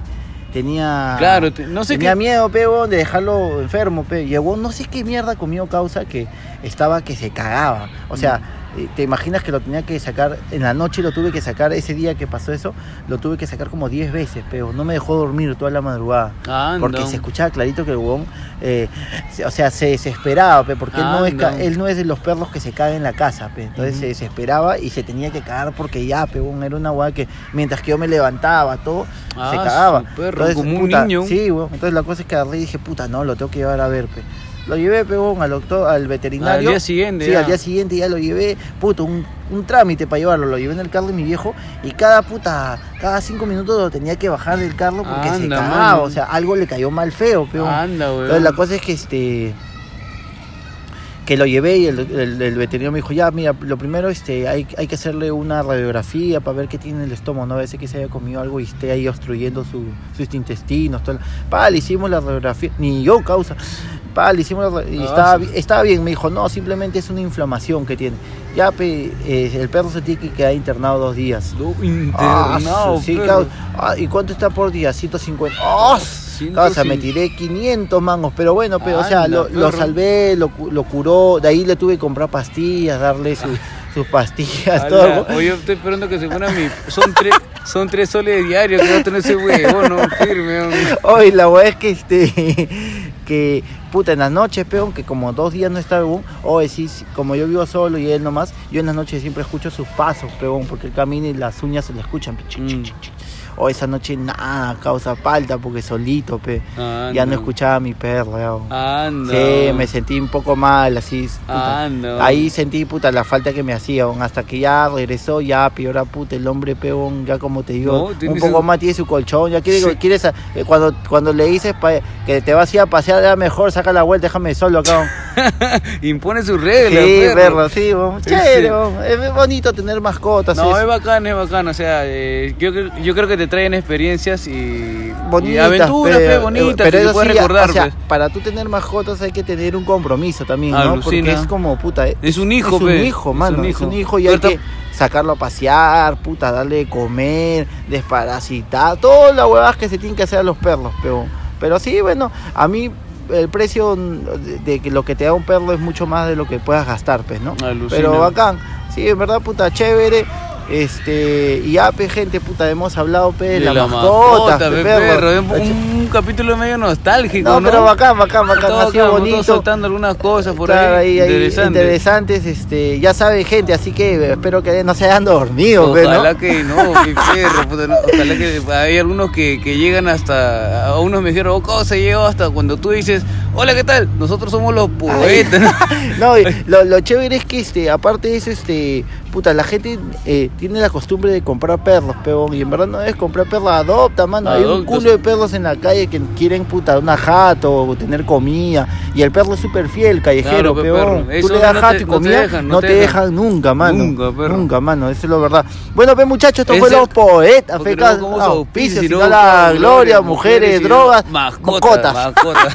Speaker 2: tenía.
Speaker 1: Claro, te- no sé
Speaker 2: Ah, tenía
Speaker 1: qué.
Speaker 2: miedo, pe, huevón, de dejarlo enfermo, pe. Llegó, no sé qué mierda comió causa que estaba que se cagaba. O
Speaker 1: Mm.
Speaker 2: sea, eh, te imaginas que lo tenía que sacar, en la noche lo tuve que sacar, ese día que pasó eso, lo tuve que sacar como 10 veces, pero no me dejó dormir toda la madrugada.
Speaker 1: Anda.
Speaker 2: Porque se escuchaba clarito que el huevón, eh, se- o sea, se desesperaba, pe, porque él no, es, ca-
Speaker 1: Anda.
Speaker 2: él no es de los perros que se cagan en la casa, pe. entonces
Speaker 1: Ujú.
Speaker 2: se desesperaba y se tenía que cagar porque ya, pe, huevón, era una hueá que mientras que yo me levantaba, todo,
Speaker 1: Ah,
Speaker 2: se cagaba.
Speaker 1: su perro, como un
Speaker 2: puta,
Speaker 1: niño.
Speaker 2: Sí, huevón. entonces la cosa es que agarré y dije, puta, no, lo tengo que llevar a ver, pe. Lo llevé, pe, huevón, al, doctor, al
Speaker 1: Al
Speaker 2: veterinario.
Speaker 1: día siguiente.
Speaker 2: Sí,
Speaker 1: ya.
Speaker 2: al día siguiente ya lo llevé, puto, un, un trámite para llevarlo, lo llevé en el carro de mi viejo y cada puta, cada cinco minutos lo tenía que bajar del carro porque se
Speaker 1: Anda, Ah,
Speaker 2: cagaba,
Speaker 1: mano.
Speaker 2: o sea, algo le cayó mal feo, peón.
Speaker 1: Anda, weón.
Speaker 2: Entonces la cosa es que este que lo llevé y el, el- el veterinario me dijo, ya, mira, lo primero este, hay, hay que hacerle una radiografía para ver qué tiene en el estómago, no a veces que se haya comido algo y esté ahí obstruyendo su- sus intestinos. Todo. la- Pa, le hicimos la radiografía, ni yo causa. Pa, le hicimos la ra- y
Speaker 1: Ah,
Speaker 2: estaba,
Speaker 1: sí.
Speaker 2: bi- estaba bien, me dijo, no, simplemente es una inflamación que tiene. Ya, pe, eh, el perro se tiene que quedar internado dos días.
Speaker 1: Lo
Speaker 2: Ah,
Speaker 1: internado,
Speaker 2: su- sí,
Speaker 1: perro.
Speaker 2: causa. Ah, ¿Y cuánto está por día? 150. ¡Ah, Causa, me
Speaker 1: 150.
Speaker 2: tiré 500 mangos, pero bueno, pero, o sea,
Speaker 1: Anda,
Speaker 2: lo, lo
Speaker 1: perro.
Speaker 2: salvé, lo, cu- lo curó, de ahí le tuve que comprar pastillas, darle su- sus pastillas,
Speaker 1: Ah. Ala,
Speaker 2: todo.
Speaker 1: Oye, estoy esperando que se ponga mi. Son tres, son tres soles diarios que va a tener ese huevón, no, firme. hombre.
Speaker 2: Hoy la weá es que este que puta en las noches, peón, que como dos días no está boom, hoy sí, sí, como yo vivo solo y él nomás, yo en las noches siempre escucho sus pasos, peón, porque él camina y las uñas se le escuchan. pic, chic, chic,
Speaker 1: Mm.
Speaker 2: chic, chic. O esa noche nada, causa falta porque solito, pe. ya no
Speaker 1: Ah, Anda.
Speaker 2: escuchaba a mi perro, ya, weón.
Speaker 1: Anda.
Speaker 2: Sí, me sentí un poco mal, así. puta.
Speaker 1: Ah, no.
Speaker 2: Ahí sentí, puta, la falta que me hacía, weón. hasta que ya regresó, ya, peor a puta, el hombre peón, ya como te
Speaker 1: No,
Speaker 2: digo, un
Speaker 1: tienes
Speaker 2: poco
Speaker 1: un-
Speaker 2: más tiene su colchón, ya quiere,
Speaker 1: Sí.
Speaker 2: quiere sa- eh, cuando, cuando le dices pa- que te vas a ir a pasear, era mejor, saca la vuelta, déjame solo acá. weón.
Speaker 1: Impone sus reglas.
Speaker 2: Sí,
Speaker 1: perro.
Speaker 2: perro, sí, vamos.
Speaker 1: Sí,
Speaker 2: Chévere,
Speaker 1: sí.
Speaker 2: vamos. Es bonito tener mascotas.
Speaker 1: No,
Speaker 2: es-
Speaker 1: es bacán, es bacán. O sea, eh, yo, creo- yo creo que te traen experiencias y, y
Speaker 2: bonitas,
Speaker 1: aventuras
Speaker 2: pe,
Speaker 1: pe, bonitas.
Speaker 2: pero
Speaker 1: que
Speaker 2: eso
Speaker 1: te puedes
Speaker 2: sí,
Speaker 1: recordar,
Speaker 2: o sea,
Speaker 1: pues.
Speaker 2: para tú tener mascotas hay que tener un compromiso también, ¿no? Porque
Speaker 1: Alucina.
Speaker 2: es como puta, eh,
Speaker 1: Es un hijo,
Speaker 2: es un
Speaker 1: pe.
Speaker 2: hijo, mano, es un hijo, y
Speaker 1: Pero
Speaker 2: hay
Speaker 1: ta-
Speaker 2: que sacarlo a pasear, puta, darle de comer, desparasitar, todas las huevadas que se tienen que hacer a los perros, pero pero sí, bueno, a mí el precio de, de que lo que te da un perro es mucho más de lo que puedas gastar, pues, ¿no?
Speaker 1: Alucina.
Speaker 2: Pero bacán. Sí, en verdad, puta, chévere. Este, y ya, pe, gente, puta, hemos hablado, pe,
Speaker 1: de
Speaker 2: de la,
Speaker 1: la
Speaker 2: mascota,
Speaker 1: mascota,
Speaker 2: pe,
Speaker 1: pe,
Speaker 2: perro.
Speaker 1: perro. Es Un, un capítulo medio nostálgico,
Speaker 2: No,
Speaker 1: ¿no?
Speaker 2: pero bacán, bacán,
Speaker 1: Está
Speaker 2: bacán,
Speaker 1: todo
Speaker 2: ha sido
Speaker 1: acá, todo
Speaker 2: bonito.
Speaker 1: soltando algunas cosas por
Speaker 2: Claro,
Speaker 1: ahí.
Speaker 2: ahí, ahí,
Speaker 1: interesante.
Speaker 2: interesantes, este, ya sabe gente, así que espero que no se hayan dormido, pe,
Speaker 1: Ojalá
Speaker 2: ¿no?
Speaker 1: que no, mi perro, puta, no. ojalá que hay algunos que, que llegan hasta, a unos me dijeron, oh, ¿cómo se llegó hasta cuando tú dices, hola, ¿qué tal? Nosotros somos los poetas, ¿no?
Speaker 2: No, y lo, lo chévere es que este, aparte de eso, este, puta, la gente eh, tiene la costumbre de comprar perros, peón, y en verdad no es comprar perros, adopta, mano. Hay un
Speaker 1: Adopta,
Speaker 2: culo de perros en la calle que quieren puta una jato o tener comida. Y el perro es súper fiel,
Speaker 1: Claro,
Speaker 2: callejero,
Speaker 1: pe,
Speaker 2: peón.
Speaker 1: perro. Eso
Speaker 2: Tú le das
Speaker 1: no te-
Speaker 2: jato y
Speaker 1: no te
Speaker 2: comida, no te dejan,
Speaker 1: dejan, no te
Speaker 2: nunca, mano.
Speaker 1: Nunca, perro.
Speaker 2: Nunca, mano, eso es lo verdad. Bueno, pues muchachos, esto
Speaker 1: Es
Speaker 2: fue
Speaker 1: el-
Speaker 2: los poetas,
Speaker 1: Porque
Speaker 2: fecas,
Speaker 1: no como
Speaker 2: ah,
Speaker 1: auspicios,
Speaker 2: auspicios,
Speaker 1: sino
Speaker 2: sino la
Speaker 1: como
Speaker 2: gloria, mujeres,
Speaker 1: y
Speaker 2: drogas,
Speaker 1: mascotas.
Speaker 2: mascotas.
Speaker 1: mascotas.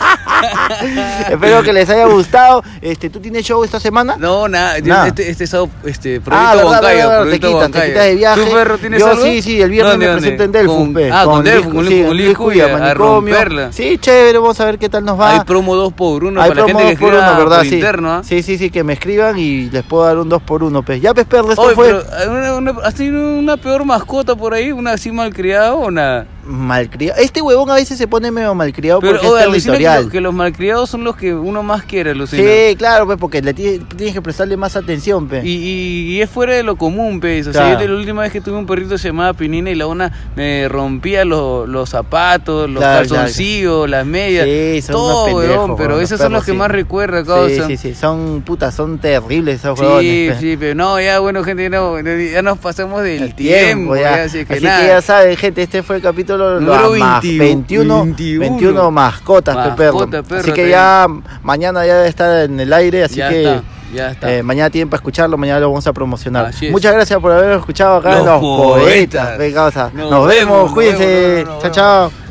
Speaker 2: Espero que les haya gustado. Este, ¿Tú tienes show esta semana?
Speaker 1: No, nada, yo-
Speaker 2: Nada.
Speaker 1: Este, este sábado, este, proyecto
Speaker 2: Ah, verdad,
Speaker 1: Huancayo,
Speaker 2: verdad, verdad,
Speaker 1: proyecto
Speaker 2: te quitas, te
Speaker 1: Huancayo.
Speaker 2: quitas de viaje.
Speaker 1: ¿Tú, perro, tienes
Speaker 2: Yo
Speaker 1: algo?
Speaker 2: sí, sí, el viernes
Speaker 1: ¿Dónde,
Speaker 2: me
Speaker 1: dónde?
Speaker 2: presento en Delfus,
Speaker 1: Con-
Speaker 2: pe,
Speaker 1: Ah, con,
Speaker 2: Luis-
Speaker 1: Delfus, con
Speaker 2: sí,
Speaker 1: Luis, con Luis Cuya, a
Speaker 2: Manicomio.
Speaker 1: romperla.
Speaker 2: Sí, chévere, vamos a ver qué tal nos va.
Speaker 1: Hay promo 2 por 1
Speaker 2: Hay
Speaker 1: para la gente que
Speaker 2: promo por
Speaker 1: escriba
Speaker 2: uno, ¿verdad?
Speaker 1: por
Speaker 2: Sí.
Speaker 1: interno, ¿ah?
Speaker 2: sí, sí, sí, que me escriban y les puedo dar un 2 por 1 pues. Ya, pues, perro, esto
Speaker 1: Oye,
Speaker 2: fue
Speaker 1: pero ¿hay una, una- ¿has tenido una peor mascota por ahí? ¿Una así malcriada o nada?
Speaker 2: malcriado. Este huevón a veces se pone medio malcriado
Speaker 1: Pero,
Speaker 2: porque
Speaker 1: oye,
Speaker 2: es
Speaker 1: alucina que,
Speaker 2: territorial.
Speaker 1: lo- que los malcriados son los que uno más quiere, alucina.
Speaker 2: Sí, claro, pues, porque le ti- tienes que prestarle más atención, pues. pe.
Speaker 1: Y, y- y es fuera de lo común, pez. O sea, yo
Speaker 2: Claro.
Speaker 1: te- la última vez que tuve un perrito se llamaba Pinina y la una me rompía los, los zapatos, los
Speaker 2: Claro,
Speaker 1: calzoncillos, las medias.
Speaker 2: Sí, son
Speaker 1: todo,
Speaker 2: unos pendejos,
Speaker 1: weón, pero
Speaker 2: weón,
Speaker 1: esos
Speaker 2: los
Speaker 1: son
Speaker 2: perros,
Speaker 1: los que
Speaker 2: sí.
Speaker 1: más recuerda,
Speaker 2: sí,
Speaker 1: causa.
Speaker 2: sí, sí, son putas, son terribles esos
Speaker 1: Sí,
Speaker 2: huevones. pues. pe.
Speaker 1: sí, pero no, ya bueno, gente, ya, no- ya nos pasamos del
Speaker 2: el
Speaker 1: tiempo,
Speaker 2: tiempo,
Speaker 1: ya,
Speaker 2: ya.
Speaker 1: así que
Speaker 2: Así
Speaker 1: nada.
Speaker 2: que ya saben, gente, este fue el capítulo
Speaker 1: Número
Speaker 2: lo- ma-
Speaker 1: 21,
Speaker 2: 21, 21,
Speaker 1: 21
Speaker 2: mascotas, pe, perro.
Speaker 1: Mascota, perro,
Speaker 2: Así que
Speaker 1: te-
Speaker 2: ya mañana ya está en el aire, así
Speaker 1: Ya
Speaker 2: que
Speaker 1: está, ya está.
Speaker 2: eh, mañana tienen para escucharlo, mañana lo vamos a promocionar.
Speaker 1: Así es.
Speaker 2: Muchas gracias por haber escuchado acá en
Speaker 1: Los
Speaker 2: Los Poetas.
Speaker 1: Poetas.
Speaker 2: pe, causa.
Speaker 1: Nos
Speaker 2: Nos, vemos,
Speaker 1: vemos, nos
Speaker 2: cuídense.
Speaker 1: vemos, nos
Speaker 2: chao,
Speaker 1: vemos.
Speaker 2: chao.